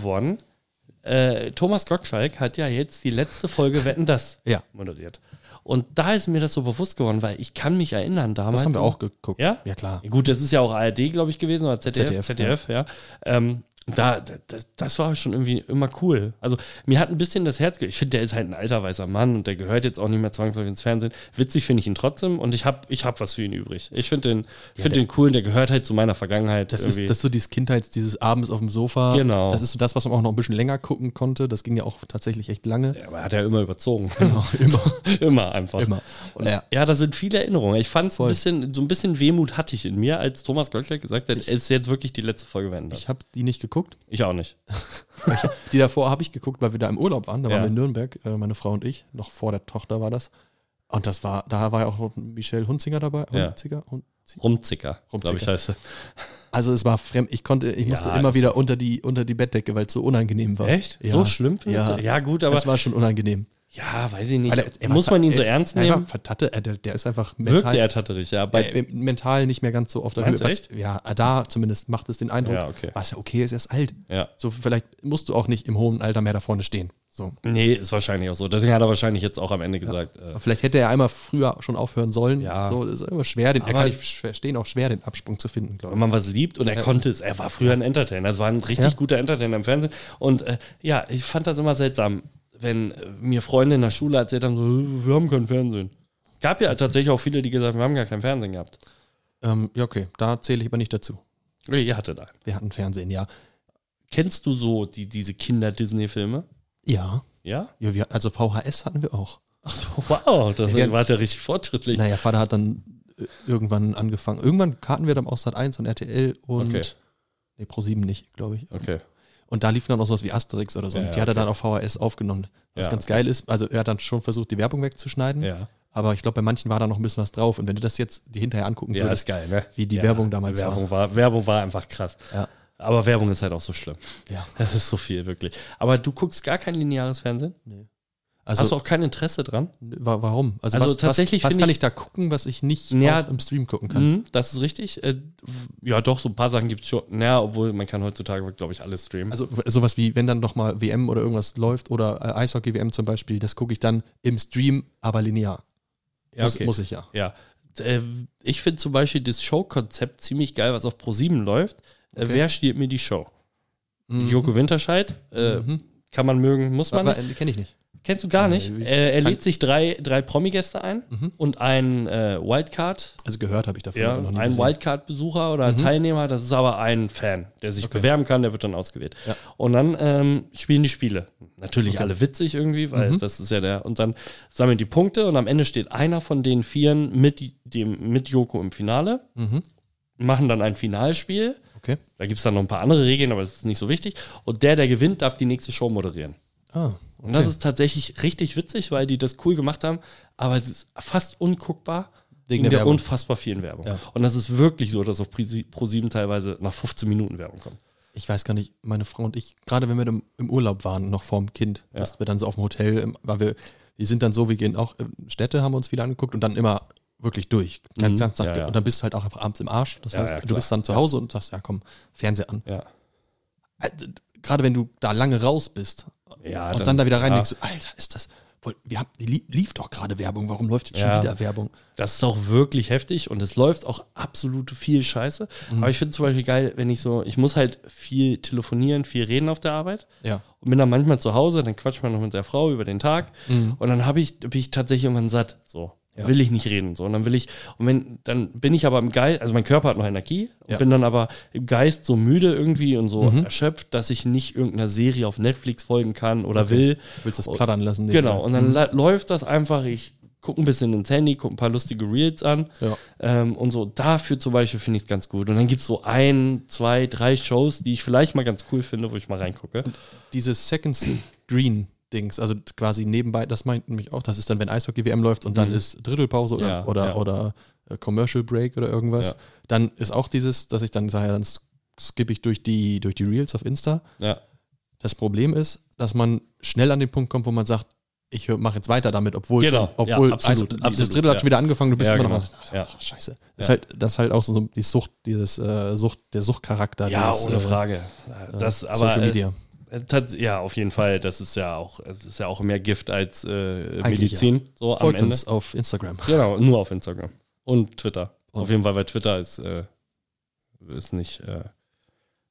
äh, Thomas Gottschalk hat ja jetzt die letzte Folge Wetten das Ja. moderiert. Und da ist mir das so bewusst geworden, weil ich kann mich erinnern damals. Das haben wir auch geguckt. Ja? Ja, klar. Ja, Gut, das ist ja auch ARD, glaube ich, gewesen oder ZDF. ZDF, ZDF, ja. Ähm, da, da- das, das war schon irgendwie immer cool. Also, mir hat ein bisschen das Herz ge Ich finde, der ist halt ein alter weißer Mann und der gehört jetzt auch nicht mehr zwangsläufig ins Fernsehen. Witzig finde ich ihn trotzdem und ich habe ich hab was für ihn übrig. Ich finde den, find den cool und der gehört halt zu meiner Vergangenheit. Das ist, irgendwie. das ist so dieses Kindheits, dieses Abends auf dem Sofa. Genau. Das ist so das, was man auch noch ein bisschen länger gucken konnte. Das ging ja auch tatsächlich echt lange. Ja, Aber hat er immer überzogen. Immer. immer einfach. Immer. Und ja. Ja. da sind viele Erinnerungen. Ich fand es ein Voll. bisschen, so ein bisschen Wehmut hatte ich in mir, als Thomas Gottschalk gesagt hat, es ist jetzt wirklich die letzte Folge beendet. Ich, Ich habe die nicht geguckt. auch nicht. Die davor habe ich geguckt, weil wir da im Urlaub waren. Da Ja. waren wir in Nürnberg, äh, meine Frau und ich. Noch vor der Tochter war das. Und das war, da war ja auch noch Michelle Hunzinger dabei. Ja. Hunziger? Hunziger? Rumzicker, glaube ich Rumzicker. heiße. Also es war fremd. Ich konnte, ich musste Ja, das- immer wieder unter die, unter die Bettdecke, weil es so unangenehm war. Ja. So schlimm? findest Ja. du? ja, gut, aber Das war schon unangenehm. ja, weiß ich nicht. Weil er- er war Muss ver- man ihn so er- ernst er war nehmen? vertatte, er, der, der ist einfach Wirkt mental, er tatterig, ja. Bei, äh, mental nicht mehr ganz so auf der Meinst Höhe. du Was, ja, da zumindest macht es den Eindruck, Ja, okay. was ja okay ist, er ist alt. ja. So, vielleicht musst du auch nicht im hohen Alter mehr da vorne stehen. So. Nee, ist wahrscheinlich auch so. Deswegen hat er wahrscheinlich jetzt auch am Ende gesagt, äh, Aber Vielleicht hätte er einmal früher schon aufhören sollen. Ja. So, das ist immer schwer, den, er Aber- kann ich sch- verstehen, auch schwer den Absprung zu finden, glaube wenn man was liebt und er konnte es. Er war früher ein Entertainer, das war ein richtig Ja. guter Entertainer im Fernsehen. Und äh, ja, ich fand das immer seltsam, wenn äh, mir Freunde in der Schule erzählt haben, so, wir haben kein Fernsehen. Gab ja tatsächlich auch viele, die gesagt haben, wir haben gar kein Fernsehen gehabt. ich. Ähm, ja, okay, da zähle ich aber nicht dazu. Nee, Äh, Ihr hattet einen. Wir hatten Fernsehen, ja. Kennst du so die, diese Kinder-Disney-Filme? Ja. Ja? ja wir, also VHS hatten wir auch. Ach so, wow, das Ja. war ja richtig fortschrittlich. Naja, Vater hat dann äh, irgendwann angefangen. Irgendwann hatten wir dann auch Sat 1 und RTL und Okay. nee, Pro 7 nicht, glaube ich. Okay. Und da liefen dann auch sowas wie Asterix oder so. Ja, und die ja, hat er okay. dann auf VHS aufgenommen. Was Ja, ganz geil ist, also er hat dann schon versucht, die Werbung wegzuschneiden. Ja. Aber ich glaube, bei manchen war da noch ein bisschen was drauf. Und wenn du das jetzt die hinterher angucken Ja, ist würdest, geil, ne? wie die ja, Werbung damals Werbung war. Werbung war einfach krass. Ja. Aber Werbung ist halt auch so schlimm. Ja. Das ist so viel, wirklich. Aber du guckst gar kein lineares Fernsehen? Also, Hast du auch kein Interesse dran? wa- warum? Also was, tatsächlich was, was finde kann ich- ich da gucken, was ich nicht Ja. auch im Stream gucken kann? Mhm, das ist richtig. Äh, w- ja, doch, so ein paar Sachen gibt es schon. Naja, obwohl man kann heutzutage, glaube ich, alles streamen. Also w- sowas wie, wenn dann noch mal WM oder irgendwas läuft oder äh, Eishockey-WM zum Beispiel, das gucke ich dann im Stream, aber linear. ja, muss, muss ich ja. Ja. Äh, Ich finde zum Beispiel das Showkonzept ziemlich geil, was auf Pro7 läuft. Äh, Okay. Mhm. Wer stiehlt mir die Show? Joko Winterscheid. Äh, Kann man mögen, muss man. Aber äh, kenne ich nicht. Kennst du gar nicht. Äh, er kann- lädt sich drei, drei Promi-Gäste ein und einen äh, Wildcard, Also gehört habe ich davon, ja, aber noch nie einen gesehen. Mhm. Wildcard-Besucher oder Teilnehmer. Das ist aber ein Fan, der sich Okay. bewerben kann, der wird dann ausgewählt. Ja. Und dann ähm, spielen die Spiele. Natürlich alle witzig irgendwie, weil Mhm. das ist ja der. Und dann sammeln die Punkte und am Ende steht einer von den Vieren mit, dem, mit Joko im Finale, Mhm. machen dann ein Finalspiel. Okay. Da gibt es dann noch ein paar andere Regeln, aber das ist nicht so wichtig. Und der, der gewinnt, darf die nächste Show moderieren. Ah, okay. Und das ist tatsächlich richtig witzig, weil die das cool gemacht haben, aber es ist fast unguckbar Wegen in der der, Werbung. unfassbar vielen Werbung. Ja. Und das ist wirklich so, dass auf Pro7 teilweise nach 15 Minuten Werbung kommt. ich weiß gar nicht, meine Frau und ich, gerade wenn wir dann im Urlaub waren, noch vorm Kind, Ja. dass wir dann so auf dem Hotel, ähm, weil wir, wir sind dann so, wir gehen auch, ähm, Städte haben wir uns viele angeguckt und dann immer wirklich durch. Ganz, Mhm. ganz Ja, ja. Und dann bist du halt auch einfach abends im Arsch. Das Ja, heißt, ja, du klar. bist dann zu Hause und sagst, ja komm, Fernseher an. Ja. Also, Gerade wenn du da lange raus bist Ja, und dann- dann, da wieder rein ja. denkst, du, Alter, ist das, Voll- Wir haben, die lie- lief doch gerade Werbung. Warum läuft jetzt Ja. schon wieder Werbung? Das ist auch wirklich heftig und es läuft auch absolut viel Scheiße. Mhm. Aber ich finde zum Beispiel geil, wenn ich so, ich muss halt viel telefonieren, viel reden auf der Arbeit Ja. und bin dann manchmal zu Hause, dann quatscht man noch mit der Frau über den Tag und dann habe ich, bin ich tatsächlich irgendwann satt. So. Mhm. Ja. Will ich nicht reden. So. Und dann will ich, und wenn, dann bin ich aber im Geist, also mein Körper hat noch Energie und Ja. Mhm. bin dann aber im Geist so müde irgendwie und so erschöpft, dass ich nicht irgendeiner Serie auf Netflix folgen kann oder will. Willst das plattern lassen? Genau, und Mhm. dann la- läuft das einfach, ich gucke ein bisschen ins Handy, gucke ein paar lustige Reels an Ja. ähm, und so. Dafür zum Beispiel finde ich es ganz gut. Und dann gibt es so ein, zwei, drei Shows, die ich vielleicht mal ganz cool finde, wo ich mal reingucke. Dieses Second Screen Dings, also quasi nebenbei, das meint nämlich auch, das ist dann, wenn Eishockey WM läuft und dann ist Drittelpause oder, Mhm. Ja, oder, ja. oder äh, Commercial Break oder irgendwas, Ja. dann ist auch dieses, dass ich dann sage, ja, dann skippe ich durch die, durch die Reels auf Insta. Ja, Das Problem ist, dass man schnell an den Punkt kommt, wo man sagt, ich mache jetzt weiter damit, obwohl, Genau, schon, obwohl ja, absolut, Eishockey- das absolut, Drittel ja. hat schon wieder angefangen, du bist Ja, immer genau, noch ach, ja. scheiße. Das, ist Ja. halt, das ist halt auch so- so die Sucht, dieses äh, Sucht, der Suchtcharakter. ja dieses, ohne äh, Frage. Das aber. Social äh, Media. äh, tats- Ja, auf jeden Fall. Das ist ja auch, es ist ja auch mehr Gift als äh, Eigentlich Medizin. So Folgt am Ende. uns auf Instagram. Oh. Genau, nur auf Instagram. Und Twitter. Auf jeden Fall, weil Twitter ist, äh, ist nicht, äh,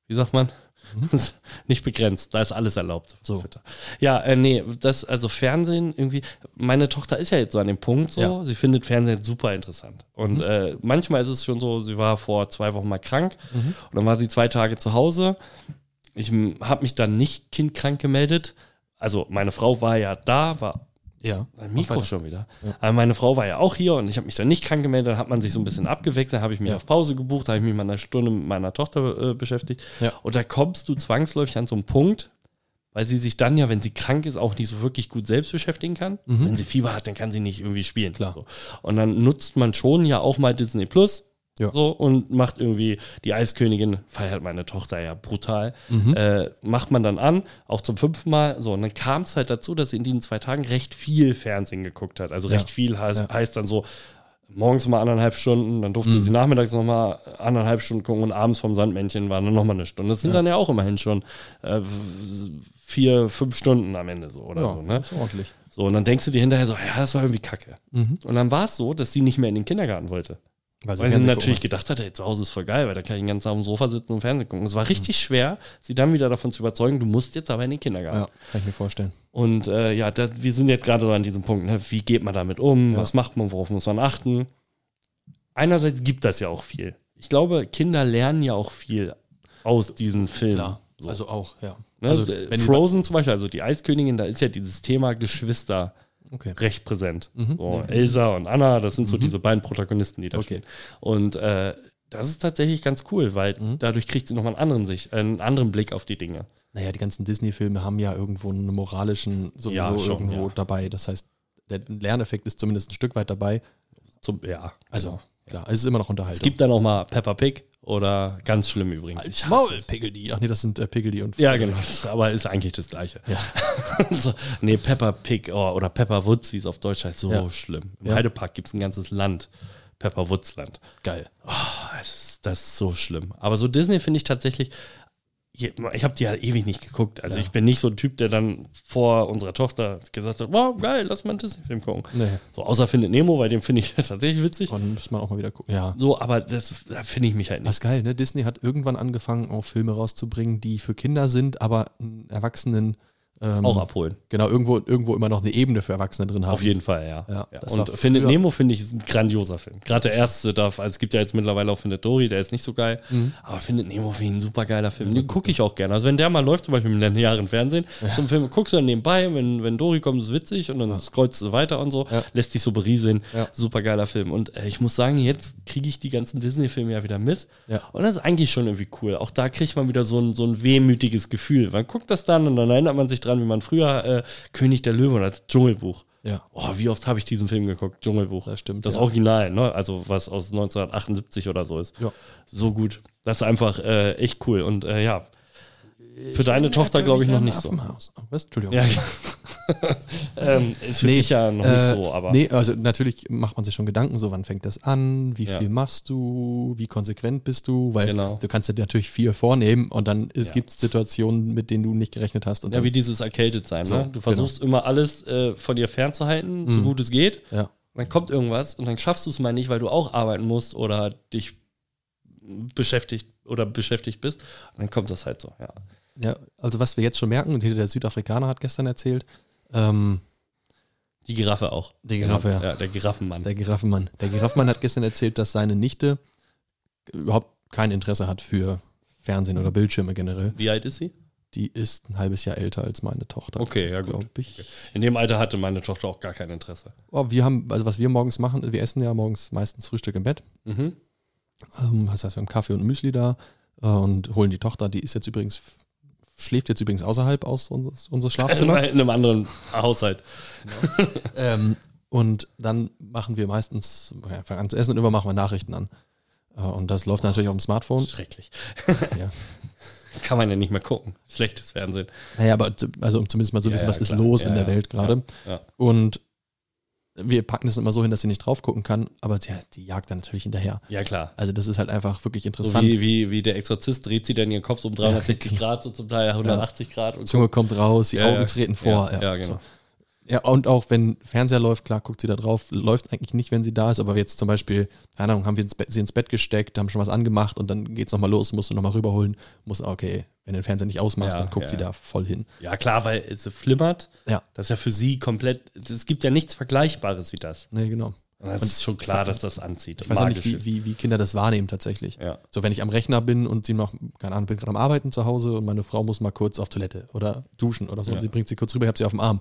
wie sagt man? Mhm. Ist nicht begrenzt. Da ist alles erlaubt. So. Twitter. Ja, äh, nee, das, also Fernsehen irgendwie, meine Tochter ist ja jetzt so an dem Punkt so, Ja. Mhm. sie findet Fernsehen super interessant. Und äh, manchmal ist es schon so, sie war vor zwei Wochen mal krank Mhm. und dann war sie zwei Tage zu Hause. Ich habe mich dann nicht kindkrank gemeldet. Also meine Frau war ja da, war Ja. mein Mikro schon wieder. Aber meine Frau war ja auch hier und ich habe mich dann nicht krank gemeldet. Dann hat man sich so ein bisschen abgewechselt, dann habe ich mich Ja. auf Pause gebucht, habe ich mich mal eine Stunde mit meiner Tochter äh, beschäftigt. Ja. Und da kommst du zwangsläufig an so einen Punkt, weil sie sich dann ja, wenn sie krank ist, auch nicht so wirklich gut selbst beschäftigen kann. Wenn sie Fieber hat, dann kann sie nicht irgendwie spielen. Mhm. Klar. So. Und dann nutzt man schon ja auch mal Disney Plus. Ja. So, und macht irgendwie die Eiskönigin, feiert meine Tochter ja brutal, Mhm. äh, macht man dann an, auch zum fünften Mal. So, und dann kam es halt dazu, dass sie in diesen zwei Tagen recht viel Fernsehen geguckt hat. Also recht viel heißt, heißt dann so, morgens mal anderthalb Stunden, dann Mhm. durfte sie nachmittags nochmal anderthalb Stunden gucken und abends vom Sandmännchen waren dann nochmal eine Stunde. Das sind dann ja auch immerhin schon äh, vier, fünf Stunden am Ende so oder ja, so. Ne? ist ordentlich. So, und dann denkst du dir hinterher so, ja, das war irgendwie kacke. Mhm. Und dann war es so, dass sie nicht mehr in den Kindergarten wollte. Weil sie Fernsehen natürlich gedacht hat, ey, zu Hause ist voll geil, weil da kann ich den ganzen Tag auf dem Sofa sitzen und Fernsehen gucken. Es war richtig schwer, sie dann wieder davon zu überzeugen, du musst jetzt aber in den Kindergarten. gucken. Ja, kann ich mir vorstellen. Und äh, ja, das, wir sind jetzt gerade so an diesem Punkt. Ne? Wie geht man damit um? Was macht man? Worauf muss man achten? Einerseits gibt das ja auch viel. Ich glaube, Kinder lernen ja auch viel aus diesen Filmen. So. Also auch, ja. ne? also, Äh, wenn die- Frozen zum Beispiel, also die Eiskönigin, da ist ja dieses Thema Geschwister Okay. recht präsent. So, Elsa und Anna, das sind so diese beiden Protagonisten, die da Mhm. Okay. spielen. Und äh, das ist tatsächlich ganz cool, weil Mhm. dadurch kriegt sie nochmal einen anderen Sicht, einen anderen Blick auf die Dinge. Naja, die ganzen Disney-Filme haben ja irgendwo einen moralischen sowieso Ja, schon, irgendwo ja. dabei. Das heißt, der Lerneffekt ist zumindest ein Stück weit dabei. Zum, ja. Also, klar, es ist immer noch Unterhaltung. Es gibt dann auch mal Peppa Pig oder ganz schlimm übrigens. Ich hasse es. Piggledy. Ach nee, das sind äh, Piggledy und Ja, genau. Das- Aber ist eigentlich das Gleiche. so, nee, Pepper Pig oh, oder Pepper Woods, wie es auf Deutsch heißt, so Ja. schlimm. Im Heidepark gibt es ein ganzes Land. Pepper Woods Land. geil. Ah, es ist- Das ist so schlimm. Aber so Disney finde ich tatsächlich. je- Ich habe die ja ewig nicht geguckt. Also ich bin nicht so ein Typ, der dann vor unserer Tochter gesagt hat, wow, geil, lass mal einen Disney-Film gucken. Nee. So außer Findet Nemo, weil den finde ich tatsächlich witzig. Dann muss man auch mal wieder gucken. Ja. So, aber das da finde ich mich halt nicht. Das ist geil, ne? Disney hat irgendwann angefangen, auch Filme rauszubringen, die für Kinder sind, aber einen Erwachsenen ähm, Auch abholen. Genau, irgendwo, irgendwo immer noch eine Ebene für Erwachsene drin haben. Auf jeden Fall, ja. Ja, ja, das Und war Findet früher- Nemo finde ich ist ein grandioser Film. Gerade der erste darf, also es gibt ja jetzt mittlerweile auch Findet Dory, der ist nicht so geil. Mhm. Aber Findet Nemo finde ich ein super geiler Film. Den gucke ich auch gerne. Also wenn der mal läuft, zum Beispiel im linearen Fernsehen, zum Film guckst du dann nebenbei, wenn, wenn Dory kommt, ist es witzig und dann scrollst du weiter und so, Ja. lässt dich so berieseln. Ja. Super geiler Film. Und äh, ich muss sagen, jetzt kriege ich die ganzen Disney-Filme ja wieder mit. Ja. Und das ist eigentlich schon irgendwie cool. Auch da kriegt man wieder so ein, so ein wehmütiges Gefühl. Man guckt das dann und dann erinnert man sich dran, wie man früher äh, König der Löwen oder das Dschungelbuch. Ja. Oh, wie oft habe ich diesen Film geguckt? Dschungelbuch. Das stimmt, Das ja. Original, ne? Also was aus 1978 oder so ist. Ja. So gut. Das ist einfach äh, echt cool. Und äh, ja, für deine Tochter glaube ich noch nicht so. Affenhaus. Oh, was? Entschuldigung. Ja, genau. ähm, ist für Nee, dich ja noch äh, nicht so, aber Nee, also natürlich macht man sich schon Gedanken, so wann fängt das an, wie Ja. viel machst du, wie konsequent bist du, weil Genau. du kannst dir natürlich viel vornehmen und dann Ja. gibt es Situationen, mit denen du nicht gerechnet hast. Und ja, dann, wie dieses erkältet sein. So, genau. Mhm. ne? Du versuchst immer alles äh, von dir fernzuhalten, so gut es geht. ja. Dann kommt irgendwas und dann schaffst du es mal nicht, weil du auch arbeiten musst oder dich beschäftigt oder beschäftigt bist. Und dann kommt das halt so, ja. ja, also was wir jetzt schon merken, und hier der Südafrikaner hat gestern erzählt, ähm, Die Giraffe auch. Die Giraffe, ja. Der Giraffenmann. der Giraffenmann. Der Giraffenmann hat gestern erzählt, dass seine Nichte überhaupt kein Interesse hat für Fernsehen oder Bildschirme generell. Wie alt ist sie? Die ist ein halbes Jahr älter als meine Tochter. Okay, ja, gut. glaube ich. In dem Alter hatte meine Tochter auch gar kein Interesse. Oh, wir haben, also was wir morgens machen, wir essen ja morgens meistens Frühstück im Bett. Mhm. Ähm, das heißt, wir haben Kaffee und Müsli da äh, und holen die Tochter, die ist jetzt übrigens, schläft jetzt übrigens außerhalb aus unseres, unseres In Schlafzimmers. einem anderen Haushalt. ähm, und dann machen wir meistens, ja, fangen an zu essen und immer machen wir Nachrichten an. Äh, und das läuft natürlich auf dem Smartphone. Schrecklich. Ja. Kann man ja nicht mehr gucken. Schlechtes Fernsehen. Naja, aber zu, also um zumindest mal zu Ja, wissen, ja, was ist klar. los Ja, in der ja. Welt gerade. Ja. Und wir packen es immer so hin, dass sie nicht drauf gucken kann, aber sie, die jagt dann natürlich hinterher. Ja, klar. Also das ist halt einfach wirklich So interessant. wie, wie, wie der Exorzist dreht sie dann ihren Kopf um 360 Ja. Grad, so zum Teil 180 Grad. Und Zunge kommt raus, die Ja, Augen ja. treten vor. Ja, ja, genau. so. Ja, und auch wenn Fernseher läuft, klar, guckt sie da drauf. Läuft eigentlich nicht, wenn sie da ist, aber jetzt zum Beispiel, keine Ahnung, haben wir ins Bett, sie ins Bett gesteckt, haben schon was angemacht und dann geht's nochmal los, musst du nochmal rüberholen. Muss, okay, wenn du den Fernseher nicht ausmachst, Ja, dann guckt ja, sie ja. da voll hin. ja, klar, weil es flimmert. Ja. Das ist ja für sie komplett. Es gibt ja nichts Vergleichbares wie das. Nee, genau. Und das ist schon klar, dass das anzieht. Ich weiß auch nicht, Magisch wie, ist. wie, wie Kinder das wahrnehmen tatsächlich. Ja. So, wenn ich am Rechner bin und sie noch, keine Ahnung, bin gerade am Arbeiten zu Hause und meine Frau muss mal kurz auf Toilette oder duschen oder so Ja. und sie bringt sie kurz rüber, ich hab sie auf dem Arm.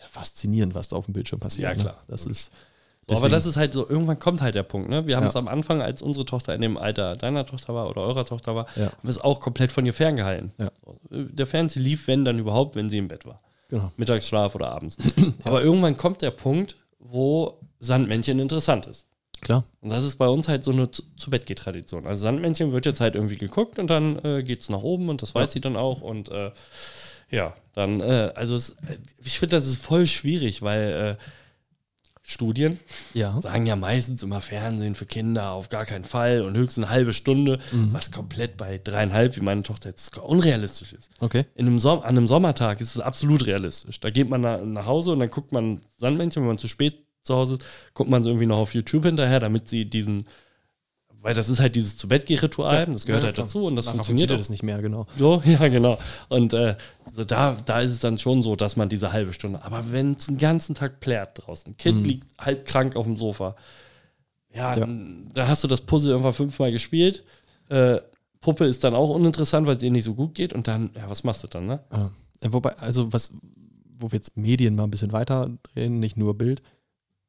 Ja, faszinierend, was da auf dem Bildschirm passiert. Ja, klar. Ne? Das ist, So, aber das ist halt so, irgendwann kommt halt der Punkt, ne? Wir haben Ja. es am Anfang, als unsere Tochter in dem Alter deiner Tochter war oder eurer Tochter war, Ja. haben wir es auch komplett von ihr ferngehalten. Ja. Der Fernseher lief, wenn dann überhaupt, wenn sie im Bett war. genau. Mittagsschlaf oder abends. Aber irgendwann kommt der Punkt, wo Sandmännchen interessant ist. Klar. Und das ist bei uns halt so eine zu bett tradition Also Sandmännchen wird jetzt halt irgendwie geguckt und dann äh, geht es nach oben und das weiß sie dann auch. Und äh, ja, dann, äh, also es, ich finde, das ist voll schwierig, weil äh, Studien Ja. sagen ja meistens immer Fernsehen für Kinder auf gar keinen Fall und höchstens eine halbe Stunde, Mhm. was komplett bei dreieinhalb, wie meine Tochter jetzt unrealistisch ist. Okay. In einem Som an einem Sommertag ist es absolut realistisch. Da geht man na nach Hause und dann guckt man Sandmännchen, wenn man zu spät zu Hause ist, guckt man so irgendwie noch auf YouTube hinterher, damit sie diesen, weil das ist halt dieses zu bett ritual das gehört Ja, halt klar. dazu und das Nachher funktioniert auch. das nicht mehr, genau. So, ja, genau. Und äh, so da, da ist es dann schon so, dass man diese halbe Stunde, aber wenn es den ganzen Tag plärt draußen, Kind liegt halb krank auf dem Sofa, ja, Mhm. Ja. dann- da hast du das Puzzle irgendwann fünfmal gespielt. Äh, Puppe ist dann auch uninteressant, weil es ihr nicht so gut geht und dann, ja, was machst du dann, ne? Ja. Äh, Wobei, also was, wo wir jetzt Medien mal ein bisschen weiter drehen, nicht nur Bild,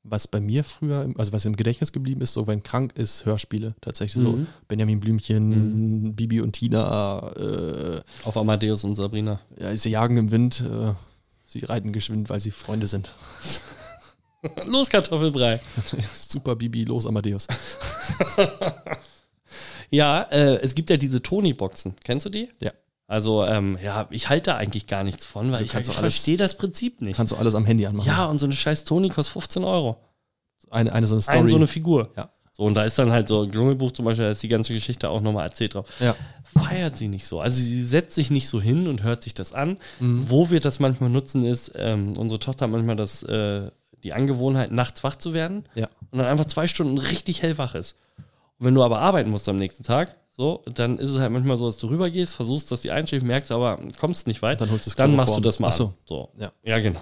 was bei mir früher, im- also was im Gedächtnis geblieben ist, so wenn krank ist, Hörspiele tatsächlich so. Mhm. Benjamin Blümchen, Bibi und Tina, äh, Auf Amadeus und Sabrina. ja, sie jagen im Wind, äh, sie reiten geschwind, weil sie Freunde sind. Los, Kartoffelbrei. Super Bibi, los Amadeus. Ja, äh, es gibt ja diese Tony-Boxen. Kennst du die? Ja. Also, ähm, ja, ich halte da eigentlich gar nichts von, weil Du ich, ich kannst doch alles- verstehe das Prinzip nicht. Kannst du alles am Handy anmachen. Ja, und so eine scheiß Tony kostet 15 Euro. Eine, eine so eine Story. Ein, so eine Figur. Ja. So, und da ist dann halt so ein Dschungelbuch zum Beispiel, da ist die ganze Geschichte auch nochmal erzählt drauf. ja. Feiert sie nicht so. Also sie setzt sich nicht so hin und hört sich das an. Wo wir das manchmal nutzen, ist, ähm, unsere Tochter hat manchmal das, äh, die Angewohnheit, nachts wach zu werden ja. und dann einfach zwei Stunden richtig hellwach ist. Und wenn du aber arbeiten musst am nächsten Tag, so, dann ist es halt manchmal so, dass du rübergehst, versuchst, dass die einschläft, merkst aber, kommst nicht weit. Dann holst du das Dann machst du Chloroform. das mal Ach so. an. So. Ja. genau.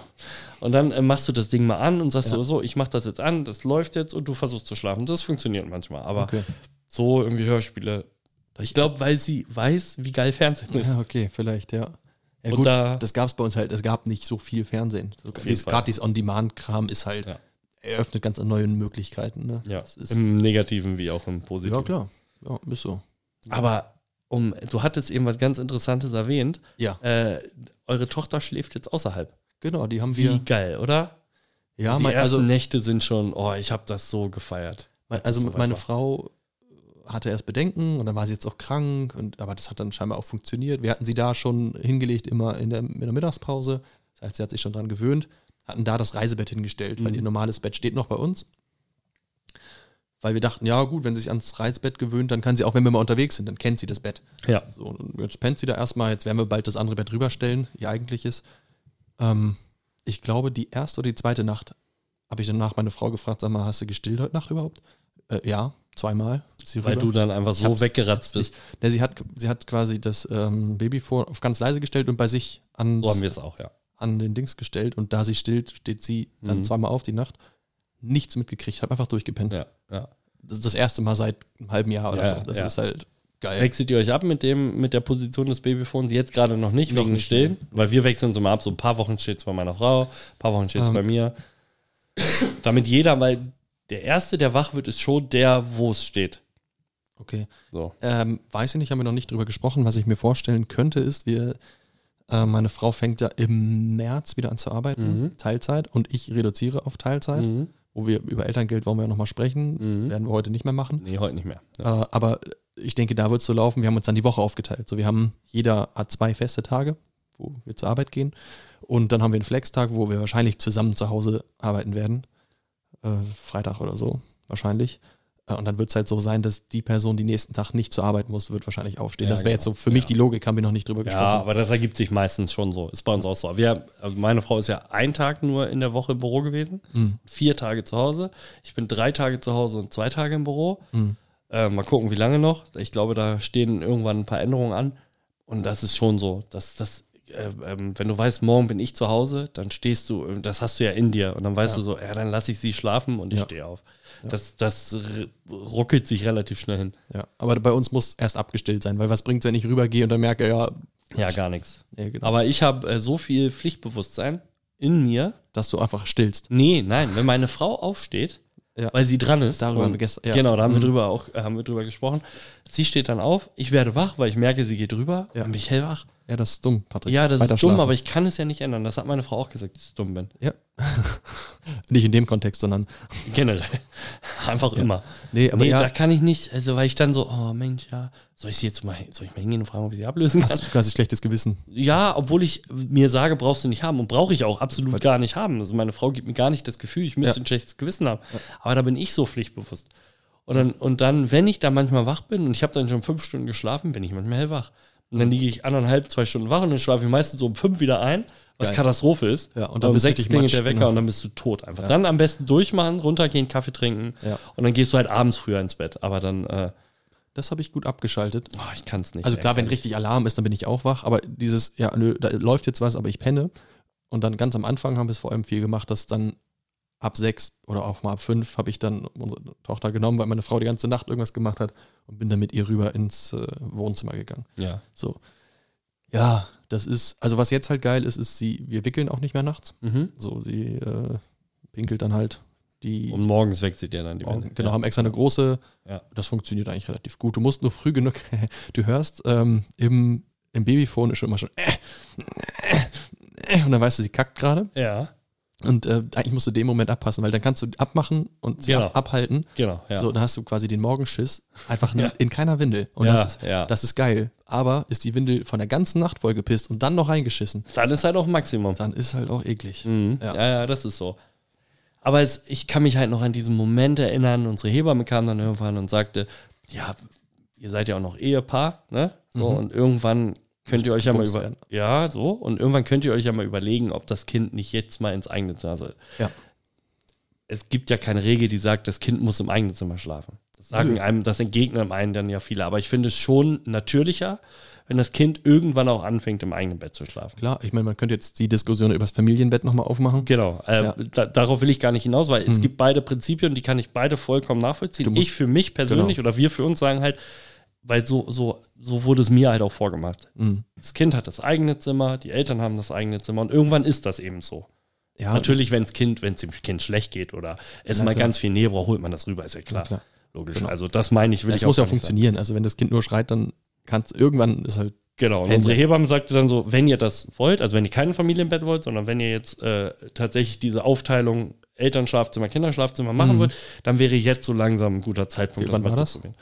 Und dann äh, machst du das Ding mal an und sagst so, so, ich mach das jetzt an, das läuft jetzt und du versuchst zu schlafen. Das funktioniert manchmal, aber Okay. so irgendwie Hörspiele. Ich glaube, weil sie weiß, wie geil Fernsehen ist. Ja, okay, vielleicht, ja. Ja, Und gut, da- das gab es bei uns halt, es gab nicht so viel Fernsehen. So, jeden dieses- Fall. Gerade dieses On-Demand-Kram ist halt, Ja. eröffnet ganz neue Möglichkeiten. Ne? Ja, Das ist, im Negativen wie auch im Positiven. ja klar. Ja, ist so. Aber um, du hattest eben was ganz Interessantes erwähnt. Ja, Äh, eure Tochter schläft jetzt außerhalb. genau, die haben Wie wir. geil, oder? ja, die mein, ersten also, Nächte sind schon, oh, ich habe das so gefeiert. mein, also so weit meine war. Frau hatte erst Bedenken und dann war sie jetzt auch krank, und, aber das hat dann scheinbar auch funktioniert. Wir hatten sie da schon hingelegt, immer in der, in der Mittagspause. Das Das heißt, sie hat sich schon dran gewöhnt, hatten da das Reisebett hingestellt, weil Mhm. ihr normales Bett steht noch bei uns. Weil wir dachten, ja gut, wenn sie sich ans Reisebett gewöhnt, dann kann sie auch, wenn wir mal unterwegs sind, dann kennt sie das Bett. Ja. So, und jetzt pennt sie da erstmal, jetzt werden wir bald das andere Bett rüberstellen, ihr eigentliches. Ähm, ich glaube, die erste oder die zweite Nacht habe ich danach meine Frau gefragt, sag mal, hast du gestillt heute Nacht überhaupt? Äh, ja, zweimal. Ist Sie Weil rüber. du dann einfach Ich so hab's- weggeratzt bist. Ne, sie, hat, sie hat quasi das ähm, Baby vor, auf ganz leise gestellt und bei sich ans, So haben wir es Oh, auch, ja. an den Dings gestellt. Und da sie stillt, steht sie dann Mhm. zweimal auf die Nacht. Nichts mitgekriegt, habe einfach durchgepennt. Ja, ja. Das ist das erste Mal seit einem halben Jahr oder Ja, so. Das ja. ist halt geil. Wechselt ihr euch ab mit dem, mit der Position des Babyphones? Jetzt gerade noch nicht, Noch wegen nicht, Stillen. Weil wir wechseln uns immer ab. So ein paar Wochen steht es bei meiner Frau, ein paar Wochen steht es Ähm. bei mir. Damit jeder, weil der Erste, der wach wird, ist schon der, wo es steht. Okay. So. Ähm, weiß ich nicht, haben wir noch nicht drüber gesprochen. Was ich mir vorstellen könnte, ist, wir, äh, meine Frau fängt ja im März wieder an zu arbeiten, Mhm. Teilzeit, und ich reduziere auf Teilzeit, Mhm. wo wir über Elterngeld wollen wir ja nochmal sprechen. Mhm. Werden wir heute nicht mehr machen. Nee, heute nicht mehr. Ja. Äh, aber ich denke, da wird es so laufen. Wir haben uns dann die Woche aufgeteilt. So, wir haben jeder hat zwei feste Tage, wo wir zur Arbeit gehen. Und dann haben wir einen Flex-Tag, wo wir wahrscheinlich zusammen zu Hause arbeiten werden. Äh, Freitag oder so, wahrscheinlich. Äh, und dann wird es halt so sein, dass die Person, die nächsten Tag nicht zur Arbeit muss, wird wahrscheinlich aufstehen. Ja, das wäre jetzt so genau. für mich Ja. die Logik, haben wir noch nicht drüber Ja, gesprochen. aber das ergibt sich meistens schon so. Ist bei uns auch so. Wir, also meine Frau ist ja einen Tag nur in der Woche im Büro gewesen, Mhm. vier Tage zu Hause. Ich bin drei Tage zu Hause und zwei Tage im Büro. Mhm. Äh, mal gucken, wie lange noch. Ich glaube, da stehen irgendwann ein paar Änderungen an. Und das ist schon so, dass das, äh, ähm, wenn du weißt, morgen bin ich zu Hause, dann stehst du, äh, das hast du ja in dir. Und dann weißt Ja. du so, ja, dann lasse ich sie schlafen und ich Ja. stehe auf. Das, das r- ruckelt sich relativ schnell hin. Ja, aber bei uns muss erst abgestillt sein, weil was bringt wenn ich rübergehe und dann merke, ja, Ja, gar nichts. nee, genau, Aber ich habe äh, so viel Pflichtbewusstsein in mir, dass du einfach stillst. Nee, nein, wenn meine Frau aufsteht, Ja. weil sie dran ist. Darüber haben wir gestern- ja. Genau, da haben wir Mhm. drüber auch äh, haben wir drüber gesprochen. Sie steht dann auf, ich werde wach, weil ich merke, sie geht rüber, Ja. dann bin ich hellwach. Ja, das ist dumm, Patrick. Ja, das Weiter ist dumm, schlafen. aber ich kann es ja nicht ändern. Das hat meine Frau auch gesagt, dass ich dumm bin. Ja. nicht in dem Kontext, sondern. Generell. Einfach immer. Nee, aber nee, ja. da kann ich nicht, also weil ich dann so, oh Mensch, ja, soll ich sie jetzt mal, soll ich mal hingehen und fragen, ob ich sie ablösen kann? Hast du quasi schlechtes Gewissen? Ja, obwohl ich mir sage, brauchst du nicht haben und brauche ich auch absolut gar nicht haben. Also meine Frau gibt mir gar nicht das Gefühl, ich müsste Ja. ein schlechtes Gewissen haben. Aber da bin ich so pflichtbewusst. Und dann, und dann, wenn ich da manchmal wach bin und ich habe dann schon fünf Stunden geschlafen, bin ich manchmal hellwach. Und dann liege ich anderthalb, zwei Stunden wach und dann schlafe ich meistens so um fünf wieder ein, was Geil. Katastrophe ist. Ja, und dann um bist du sechs richtig klingelt matsch, der Wecker genau. und dann bist du tot einfach. Dann am besten durchmachen, runtergehen, Kaffee trinken Ja. und dann gehst du halt abends früher ins Bett. Aber dann, äh, Das habe ich gut abgeschaltet. oh, ich kann es nicht. Also ey. klar, wenn richtig Alarm ist, dann bin ich auch wach, aber dieses, ja, nö, da läuft jetzt was, aber ich penne. Und dann ganz am Anfang haben wir es vor allem viel gemacht, dass dann ab sechs oder auch mal ab fünf habe ich dann unsere Tochter genommen, weil meine Frau die ganze Nacht irgendwas gemacht hat und bin dann mit ihr rüber ins äh, Wohnzimmer gegangen. ja. So. Ja, das ist, also was jetzt halt geil ist, ist sie, wir wickeln auch nicht mehr nachts. Mhm. So, sie äh, pinkelt dann halt die Und morgens weckt sie dir dann die Morgen, Wände. genau, ja. haben extra eine große. Ja. Das funktioniert eigentlich relativ gut. Du musst nur früh genug. Du hörst ähm, im, im Babyphone ist schon immer schon. Äh, äh, äh, und dann weißt du, sie kackt gerade. Ja, Und äh, eigentlich musst du den Moment abpassen, weil dann kannst du abmachen und sie Genau. ab, abhalten. genau. Ja. So, dann hast du quasi den Morgenschiss einfach Ja. in, in keiner Windel. Und ja, das, ist, ja. das ist geil. Aber ist die Windel von der ganzen Nacht vollgepisst und dann noch reingeschissen, dann ist halt auch Maximum. dann ist halt auch eklig. Mhm. Ja. Ja. ja, das ist so. Aber es, ich kann mich halt noch an diesen Moment erinnern. Unsere Hebamme kam dann irgendwann und sagte: Ja, ihr seid ja auch noch Ehepaar, ne? So, Mhm. Und irgendwann könnt ihr euch ja mal gebumst über. werden. Ja, so. Und irgendwann könnt ihr euch ja mal überlegen, ob das Kind nicht jetzt mal ins eigene Zimmer soll. Ja. Es gibt ja keine Regel, die sagt, das Kind muss im eigenen Zimmer schlafen. Das sagen Nö. einem, das entgegnen einem dann ja viele. Aber ich finde es schon natürlicher, wenn das Kind irgendwann auch anfängt, im eigenen Bett zu schlafen. Klar, ich meine, man könnte jetzt die Diskussion über das Familienbett nochmal aufmachen. Genau, äh, Ja. Hm. da, darauf will ich gar nicht hinaus, weil es gibt beide Prinzipien, die kann ich beide vollkommen nachvollziehen. Du musst- Genau. ich für mich persönlich oder wir für uns sagen halt, weil so, so, so wurde es mir halt auch vorgemacht. Mhm. Das Kind hat das eigene Zimmer, die Eltern haben das eigene Zimmer und irgendwann ist das eben so. Ah, Ja, Natürlich, wenn es Kind, wenn es dem Kind schlecht geht oder es Na mal klar. ganz viel Nähe braucht, holt man das rüber, ist ja klar. klar. Logisch. Genau. Also das meine ich, will Das ich muss ja gar nicht sagen. funktionieren. Also wenn das Kind nur schreit, dann kannst irgendwann ist halt Genau, und Händler. unsere Hebamme sagte dann so, wenn ihr das wollt, also wenn ihr kein Familienbett wollt, sondern wenn ihr jetzt äh, tatsächlich diese Aufteilung Elternschlafzimmer, Kinderschlafzimmer machen Mhm. wollt, dann wäre jetzt so langsam ein guter Zeitpunkt, Wie, wann war das? Ah. zu probieren.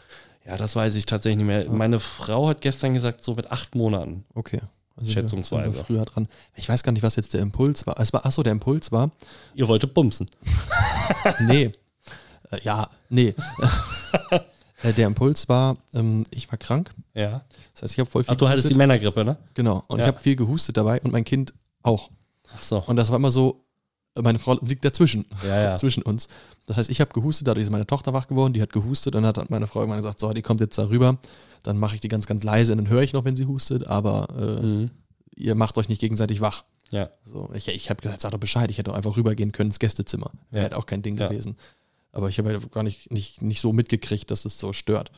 Ja, das weiß ich tatsächlich nicht mehr. Meine Frau hat gestern gesagt, so mit acht Monaten. okay. Also wir- Schätzungsweise. sind wir Früher dran. Ich weiß gar nicht, was jetzt der Impuls war. Es war achso, der Impuls war, Ihr wolltet bumsen. nee. Äh, ja, nee. Äh, der Impuls war, ähm, ich war krank. Ja. Das heißt, ich habe voll viel Ach, du hattest die gehustet. Männergrippe, ne? Genau. Und Ja. ich habe viel gehustet dabei und mein Kind auch. Ach so. Und das war immer so, meine Frau liegt dazwischen, Ja, ja. zwischen uns. Das heißt, ich habe gehustet, dadurch ist meine Tochter wach geworden, die hat gehustet und hat meine Frau immer gesagt, so, die kommt jetzt da rüber. Dann mache ich die ganz, ganz leise und dann höre ich noch, wenn sie hustet, aber äh, Mhm. ihr macht euch nicht gegenseitig wach. Ja. So, ich ich habe gesagt, sag doch Bescheid, ich hätte doch einfach rübergehen können ins Gästezimmer. Wäre Ja. halt auch kein Ding Ja. gewesen. Aber ich habe halt gar nicht, nicht, nicht so mitgekriegt, dass es so stört.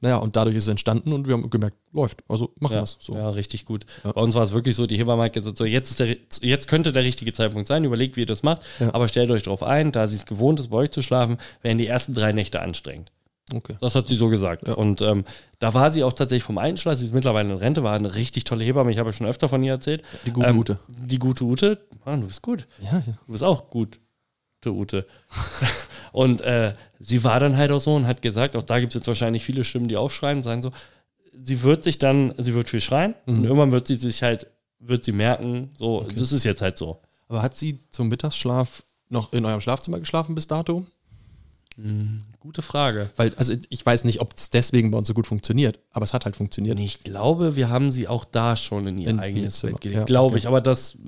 Naja, und dadurch ist es entstanden und wir haben gemerkt, läuft. Also machen Ja, wir's. So. ja, richtig gut. Ja. Bei uns war es wirklich so, die Hebamme hat gesagt, so, jetzt, ist der, jetzt könnte der richtige Zeitpunkt sein, überlegt, wie ihr das macht, Ja. aber stellt euch darauf ein, da sie es gewohnt ist, bei euch zu schlafen, wären die ersten drei Nächte anstrengend. Okay. Das hat sie so gesagt. Ja. Und ähm, da war sie auch tatsächlich vom Einschlag. Sie ist mittlerweile in Rente, war eine richtig tolle Hebamme. Ich habe ja schon öfter von ihr erzählt. Die gute Ähm, Ute. Die gute Ute. Mann, du bist gut. Ja, ja. Du bist auch gut. Ute Ute. und äh, sie war dann halt auch so und hat gesagt, auch da gibt es jetzt wahrscheinlich viele Stimmen, die aufschreien und sagen so, sie wird sich dann, sie wird viel schreien und irgendwann wird sie sich halt, wird sie merken, so, das ist jetzt halt so. Aber hat sie zum Mittagsschlaf noch in eurem Schlafzimmer geschlafen bis dato? Gute Frage. Weil, also ich weiß nicht, ob es deswegen bei uns so gut funktioniert, aber es hat halt funktioniert. Nee, ich glaube, wir haben sie auch da schon in ihr In ihr eigenes Zimmer. Bett gelegt. Ja, glaube okay. ich, aber das.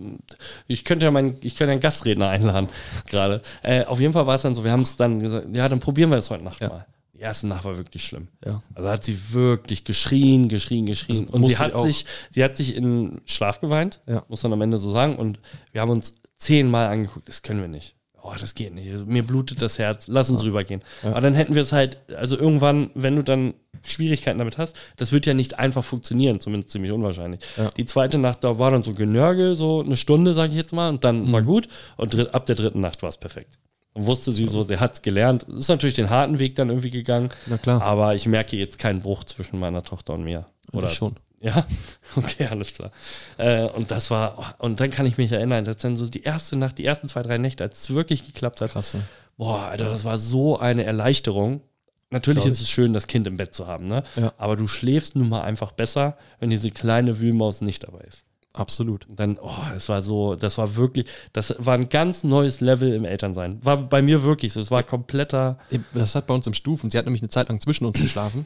Ich könnte ja meinen, ich könnte ja einen Gastredner einladen gerade. Äh, auf jeden Fall war es dann so, wir haben es dann gesagt, ja, dann probieren wir es heute Nacht Ja. mal. Die erste Nacht war wirklich schlimm. Ja. Also hat sie wirklich geschrien, geschrien, geschrien. Das und musste sie hat auch. sich, sie hat sich in Schlaf geweint, Ja. muss man am Ende so sagen. Und wir haben uns zehnmal angeguckt, das können wir nicht. Oh, das geht nicht. Mir blutet das Herz. Lass uns rübergehen. Aber dann hätten wir es halt, also irgendwann, wenn du dann Schwierigkeiten damit hast, das wird ja nicht einfach funktionieren, zumindest ziemlich unwahrscheinlich. Ja. Die zweite Nacht, da war dann so Genörgel, so eine Stunde, sage ich jetzt mal, und Mhm. dann war gut. Und dritt, ab der dritten Nacht war es perfekt. Und wusste sie so, sie hat es gelernt. Ist natürlich den harten Weg dann irgendwie gegangen. Na klar. Aber ich merke jetzt keinen Bruch zwischen meiner Tochter und mir. Oder Ich schon. Ja, okay, alles klar. Äh, und das war, und dann kann ich mich erinnern, dass dann so die erste Nacht, die ersten zwei, drei Nächte, als es wirklich geklappt hat, Krass. ne? boah, Alter, das war so eine Erleichterung. Natürlich Glaub ist es schön, das Kind im Bett zu haben, ne? Ja. Aber du schläfst nun mal einfach besser, wenn diese kleine Wühlmaus nicht dabei ist. Absolut. Und dann, oh, es war so, das war wirklich, das war ein ganz neues Level im Elternsein. War bei mir wirklich so, es war kompletter, Das hat bei uns im Stufen. Sie hat nämlich eine Zeit lang zwischen uns geschlafen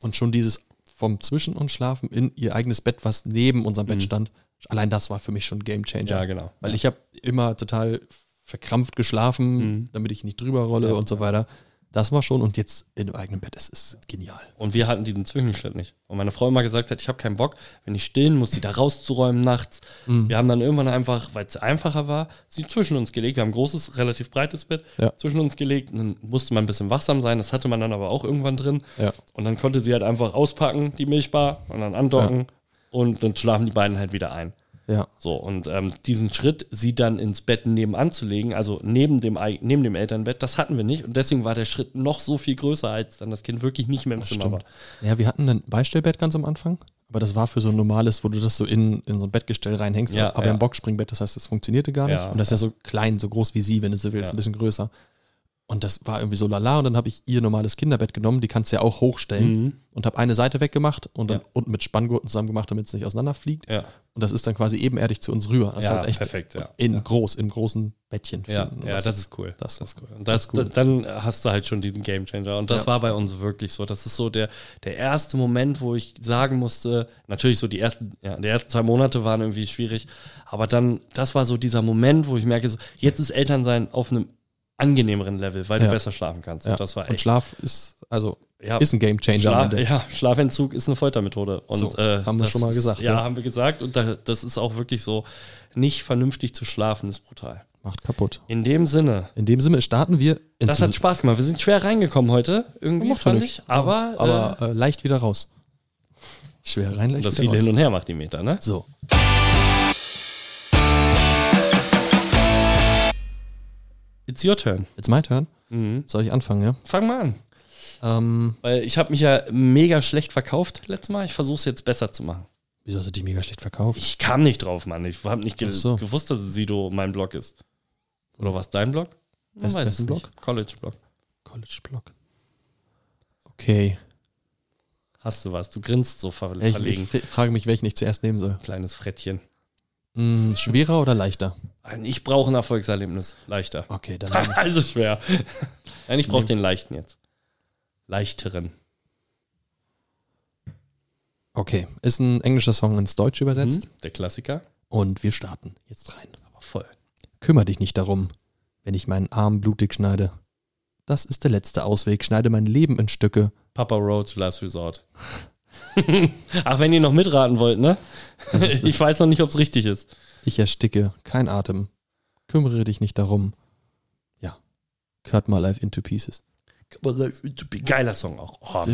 und schon dieses vom Zwischen uns schlafen in ihr eigenes Bett, was neben unserem Bett stand. Allein das war für mich schon ein Game Changer. Mhm. Ja, genau. Weil ich habe immer total verkrampft geschlafen, Mhm. damit ich nicht drüber rolle und so weiter. Das war schon und jetzt in dem eigenen Bett, es ist genial. Und wir hatten diesen Zwischenschritt nicht. Und meine Frau immer gesagt hat, ich habe keinen Bock, wenn ich stillen muss, sie da rauszuräumen nachts. Mhm. Wir haben dann irgendwann einfach, weil es einfacher war, sie zwischen uns gelegt. Wir haben ein großes, relativ breites Bett Ja. zwischen uns gelegt. Und dann musste man ein bisschen wachsam sein. Das hatte man dann aber auch irgendwann drin. Ja. Und dann konnte sie halt einfach auspacken, die Milchbar, und dann andocken. Und dann schlafen die beiden halt wieder ein. Ja. So, und ähm, diesen Schritt, sie dann ins Bett nebenan zu legen, also neben dem, eig- neben dem Elternbett, das hatten wir nicht. Und deswegen war der Schritt noch so viel größer, als dann das Kind wirklich nicht mehr im Zimmer war. Ja, wir hatten ein Beistellbett ganz am Anfang, aber das war für so ein normales, wo du das so in, in so ein Bettgestell reinhängst, Ja, aber ja. ein Boxspringbett, das heißt, das funktionierte gar nicht. Ja, und das ist ja so klein, so groß wie sie, wenn du so willst, Ja. ein bisschen größer. Und das war irgendwie so lala und dann habe ich ihr normales Kinderbett genommen, die kannst du ja auch hochstellen und habe eine Seite weggemacht und dann Mhm. Ja. unten mit Spanngurten zusammen gemacht, damit es nicht auseinanderfliegt. Ja. Und das ist dann quasi ebenerdig zu uns rüber. Das ist Ja, halt echt perfekt, ja. in groß, im großen Bettchen. Ja, finden. ja Das- das ist cool. das ist ist cool. Und das, cool. Dann hast du halt schon diesen Gamechanger Und das war bei uns wirklich so. Das ist so der, der erste Moment, wo ich sagen musste, natürlich so die ersten, ja, die ersten zwei Monate waren irgendwie schwierig, aber dann, das war so dieser Moment, wo ich merke, so, jetzt ist Elternsein auf einem angenehmeren Level, weil du Ja. besser schlafen kannst. ja. Und das war und echt. Schlaf ist, also, ja, ist ein Game Changer. am Schla Ende. ja, Schlafentzug ist eine Foltermethode. Und, So, äh, haben wir das schon mal ist- gesagt, Ja, ja. haben wir gesagt. Und da, das ist auch wirklich so, nicht vernünftig zu schlafen ist brutal. Macht kaputt. In dem Sinne. In dem Sinne starten wir ins Das hat Spaß gemacht. Wir sind schwer reingekommen heute, irgendwie Macht fand doch ich. Aber, aber äh, leicht wieder raus. Schwer rein, äh, leicht das wieder viele raus. hin und her macht die Meter, ne? so. It's your turn. It's my turn. Mhm. Soll ich anfangen, ja? Fang mal an. Ähm, Weil ich habe mich ja mega schlecht verkauft letztes Mal. Ich versuche es jetzt besser zu machen. wieso hast du dich mega schlecht verkauft? Ich kam nicht drauf, Mann. Ich habe nicht ge Ach so. gewusst, dass Sido mein Blog ist. Oder was dein Blog? Man Wes- weiß es wessen nicht. College Blog. College Blog. Okay. Hast du was? Du grinst so ver Ja, ich, ich verlegen. fra- frage mich, welchen ich zuerst nehmen soll. Kleines Frettchen. Hm, schwerer oder leichter? Nein, Ich brauche ein Erfolgserlebnis. Leichter. Okay, dann nehm- also schwer. Nein, ich brauche den leichten jetzt. Leichteren. okay. Ist ein englischer Song ins Deutsche übersetzt Hm? Der Klassiker. und wir starten jetzt rein. Aber voll. Kümmer dich nicht darum, wenn ich meinen Arm blutig schneide. Das ist der letzte Ausweg. Schneide mein Leben in Stücke. Papa Roach, Last Resort. Ach, wenn ihr noch mitraten wollt, ne? Ich weiß noch nicht, ob es richtig ist. Ich ersticke. Kein Atem. Kümmere dich nicht darum. Ja. Cut my life into pieces. Geiler Song auch. Oh,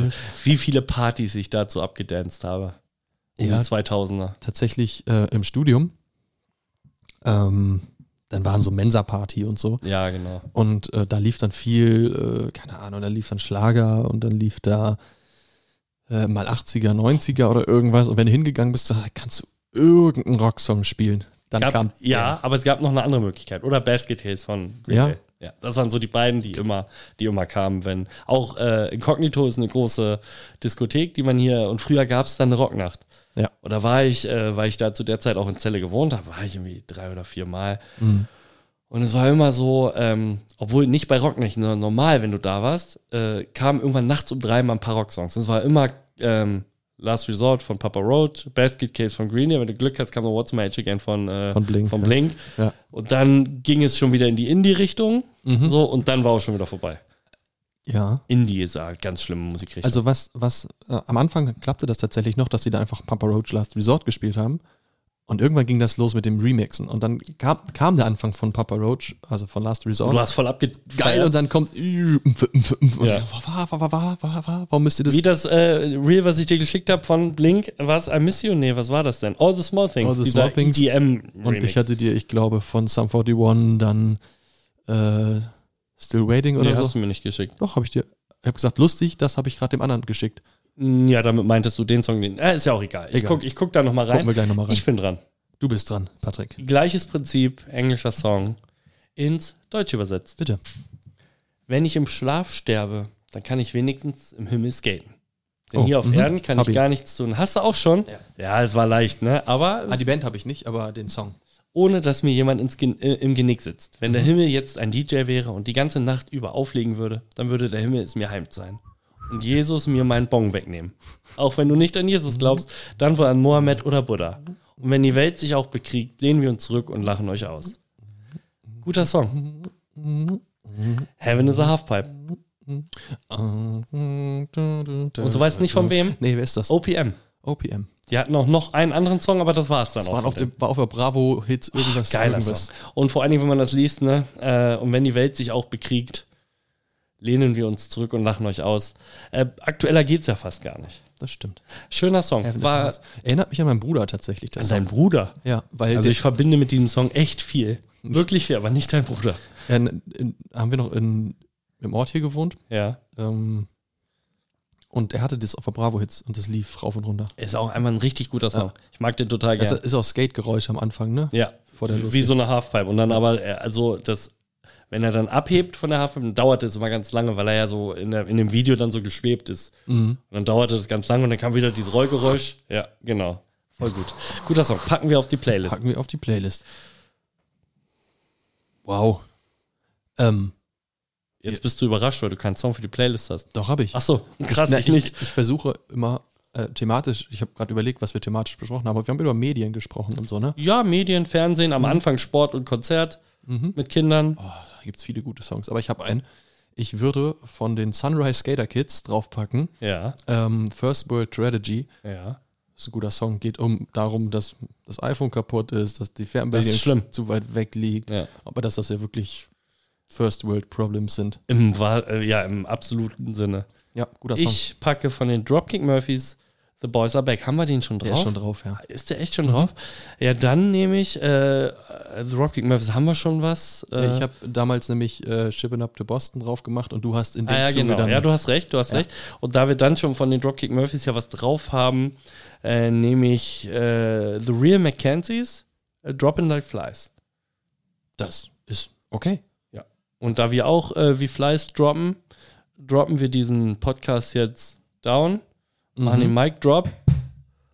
wie viele Partys ich dazu abgedanced habe. In Ja. den 2000er. Tatsächlich äh, im Studium. Ähm, dann waren so Mensa-Party und so. Ja, genau. Und äh, da lief dann viel, äh, keine Ahnung, da lief dann Schlager und dann lief da äh, mal 80er, 90er oder irgendwas. Und wenn du hingegangen bist, da kannst du irgendeinen Rocksong spielen. Dann Gab, kam ja, aber es gab noch eine andere Möglichkeit. Oder Basket Hills von Green Ja. Day. ja. Das waren so die beiden, die immer, die immer kamen, wenn. Auch äh, Incognito ist eine große Diskothek, die man hier. Und früher gab es dann eine Rocknacht. Ja. Und da war ich, äh, weil ich da zu der Zeit auch in Celle gewohnt habe, war ich irgendwie drei oder vier Mal. Mhm. Und es war immer so, ähm, obwohl nicht bei Rocknächten, sondern normal, wenn du da warst, äh, kamen irgendwann nachts um drei mal ein paar Rocksongs. Und es war immer ähm, Last Resort von Papa Roach, Basket Case von Green Day. Wenn du Glück hast, kam noch What's My Age Again von, äh, Von Blink, ja. Blink. Ja. Und dann ging es schon wieder in die Indie-Richtung. Mhm. So, und dann war auch schon wieder vorbei. Ja. Indie ist eine ganz schlimme Musikrichtung. Also was, was äh, am Anfang klappte das tatsächlich noch, dass sie da einfach Papa Roach Last Resort gespielt haben. Und irgendwann ging das los mit dem Remixen. Und dann kam, kam der Anfang von Papa Roach, also von Last Resort. du hast voll abge... Geil, und dann kommt und Ja. wa- wa- wa- wa- wa- wa- warum müsst ihr das Wie das äh, Reel, was ich dir geschickt habe von Blink, was I Miss You? Nee, was war das denn? All the Small Things. E All the Small Things. EDM Und ich hatte dir, ich glaube, von Sum 41 dann äh, Still Waiting oder nee, so. hast du mir nicht geschickt. Doch, habe ich dir. Ich habe gesagt, lustig, das habe ich gerade dem anderen geschickt. Hm, Ja, damit meintest du den Song, den. Äh, ist ja auch egal. Ich Egal. guck, ich guck da nochmal rein. Gucken wir gleich nochmal rein. Ich bin dran. Du bist dran, Patrick. Gleiches Prinzip, englischer Song, ins Deutsche übersetzt. Bitte. Wenn ich im Schlaf sterbe, dann kann ich wenigstens im Himmel skaten. Denn Oh, hier auf mhm. Erden kann Hab ich ich. gar nichts tun. Hast du auch schon? Ja, es war leicht, ne? Aber Ah, die Band habe ich nicht, aber den Song. ohne dass mir jemand ins Gen äh, im Genick sitzt. Wenn Mhm. der Himmel jetzt ein DJ wäre und die ganze Nacht über auflegen würde, dann würde der Himmel es mir heimt sein. Und Jesus mir meinen Bon wegnehmen. Auch wenn du nicht an Jesus glaubst, dann wohl an Mohammed oder Buddha. Und wenn die Welt sich auch bekriegt, lehnen wir uns zurück und lachen euch aus. Guter Song. Heaven is a Halfpipe. Und Und du du weißt nicht von wem? Oh. Nee, wer ist das? OPM. OPM. Die hatten auch noch einen anderen Song, aber das war's dann Das waren von auf, denen. dem, war auf der Bravo-Hit irgendwas. Geiler irgendwas. Song. Und vor allen Dingen, wenn man das liest, ne? Äh, und wenn die Welt sich auch bekriegt, lehnen wir uns zurück und lachen euch aus. Äh, aktueller geht's ja fast gar nicht. Das stimmt. Schöner Song. Heaven War is a House. Erinnert mich an meinen Bruder tatsächlich. Der an Song. deinen Bruder. Ja, weil Also Äh, der- ich verbinde mit diesem Song echt viel. Wirklich viel, aber nicht dein Bruder. äh, in, haben wir noch in, im Ort hier gewohnt. Ja. Ähm, und er hatte das auf der Bravo-Hits und das lief rauf und runter. Ist auch einmal ein richtig guter Song. Ich mag den total Das gerne. ist auch Skate-Geräusch am Anfang, ne? Ja. Also Vor der Wie losgeht. so eine Halfpipe. Und dann aber, äh, also das, wenn er dann abhebt von der Halfpipe, dann dauert es immer ganz lange, weil er ja so in, der, in dem Video dann so geschwebt ist. Mhm. Und dann dauerte das ganz lange und dann kam wieder dieses Rollgeräusch. Ja, genau. Voll gut. Guter Song. Packen wir auf die Playlist. Packen wir auf die Playlist. Wow. Ähm, Jetzt bist du überrascht, weil du keinen Song für die Playlist hast. doch habe ich. Ach so, krass, Na, ich nicht. Ich, versuche immer äh, thematisch, ich habe gerade überlegt, was wir thematisch besprochen haben, aber wir haben über Medien gesprochen und so, ne? Ja, Medien, Fernsehen, am Anfang Sport und Konzert mit Kindern. Mhm. Oh, da gibt es viele gute Songs, aber ich habe einen. Ich würde von den Sunrise Skater Kids draufpacken. Ja, Ähm, First World Strategy ja. ist ein guter Song, geht um darum, dass das iPhone kaputt ist, dass die Das Fernbedienung ist schlimm. zu weit weg liegt, Ja. aber dass das ja wirklich First World Problems sind. Im, wahr- äh, ja, im absoluten Sinne. Ja, guter Song. Ich packe von den Dropkick Murphys The Boys Are Back. Haben wir den schon drauf? Der ist schon Mhm. drauf, ja. Ist der echt schon drauf? Ja, dann nehme ich äh, The Dropkick Murphys. Haben wir schon was? Äh, ich habe damals nämlich äh, Shipping Up to Boston drauf gemacht und du hast in dem ah, ja, Zuge genau. dann Ja, du hast recht, du hast Ja. recht. Und da wir dann schon von den Dropkick Murphys ja was drauf haben, äh, nehme ich äh, The Real Mackenzies äh, Dropping Like Flies. das ist okay. Und da wir auch äh, wie Flies droppen, droppen wir diesen Podcast jetzt down machen Mhm. den Mic Drop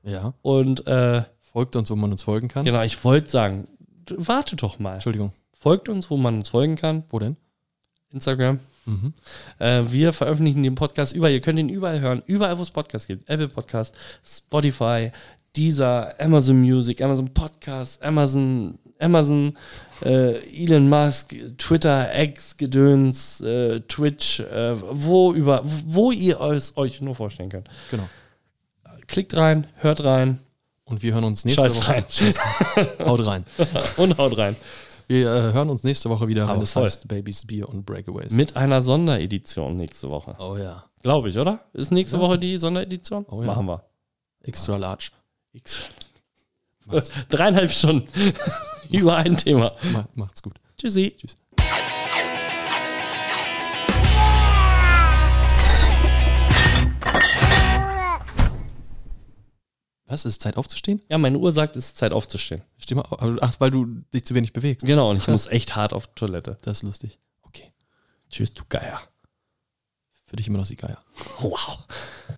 Ja. und äh, Folgt uns, wo man uns folgen kann. genau, ich wollte sagen, d- warte doch mal. Entschuldigung, Folgt uns, wo man uns folgen kann. wo denn? Instagram. Mhm. Äh, wir veröffentlichen den Podcast überall. Ihr könnt ihn überall hören. Überall, wo es Podcasts gibt. Apple Podcast, Spotify, Deezer, Amazon Music, Amazon Podcast, Amazon, Amazon, äh, Elon Musk, Twitter, X, Gedöns, äh, Twitch, äh, wo, über, wo ihr es euch nur vorstellen könnt. Genau. Klickt rein, hört rein Und wir hören uns nächste Scheiß Woche. rein. Scheiß rein. Haut rein. und haut rein. Wir äh, hören uns nächste Woche wieder, Aber wenn es voll. heißt Babys, Bier und Breakaways. Mit einer Sonderedition nächste Woche. oh ja. Glaube ich, oder? Ist nächste Woche die Sonderedition? Oh ja. Machen wir. Extra large. X. Dreieinhalb Stunden über ein Thema. Ma macht's gut. Tschüssi. Was? Ist es Zeit aufzustehen? Ja, meine Uhr sagt, es ist Zeit aufzustehen. Steh mal auf. Ach, weil du dich zu wenig bewegst. Genau, und ich muss echt hart auf Toilette. Das ist lustig. Okay. Tschüss, du Geier. Für dich immer noch die Geier. Wow.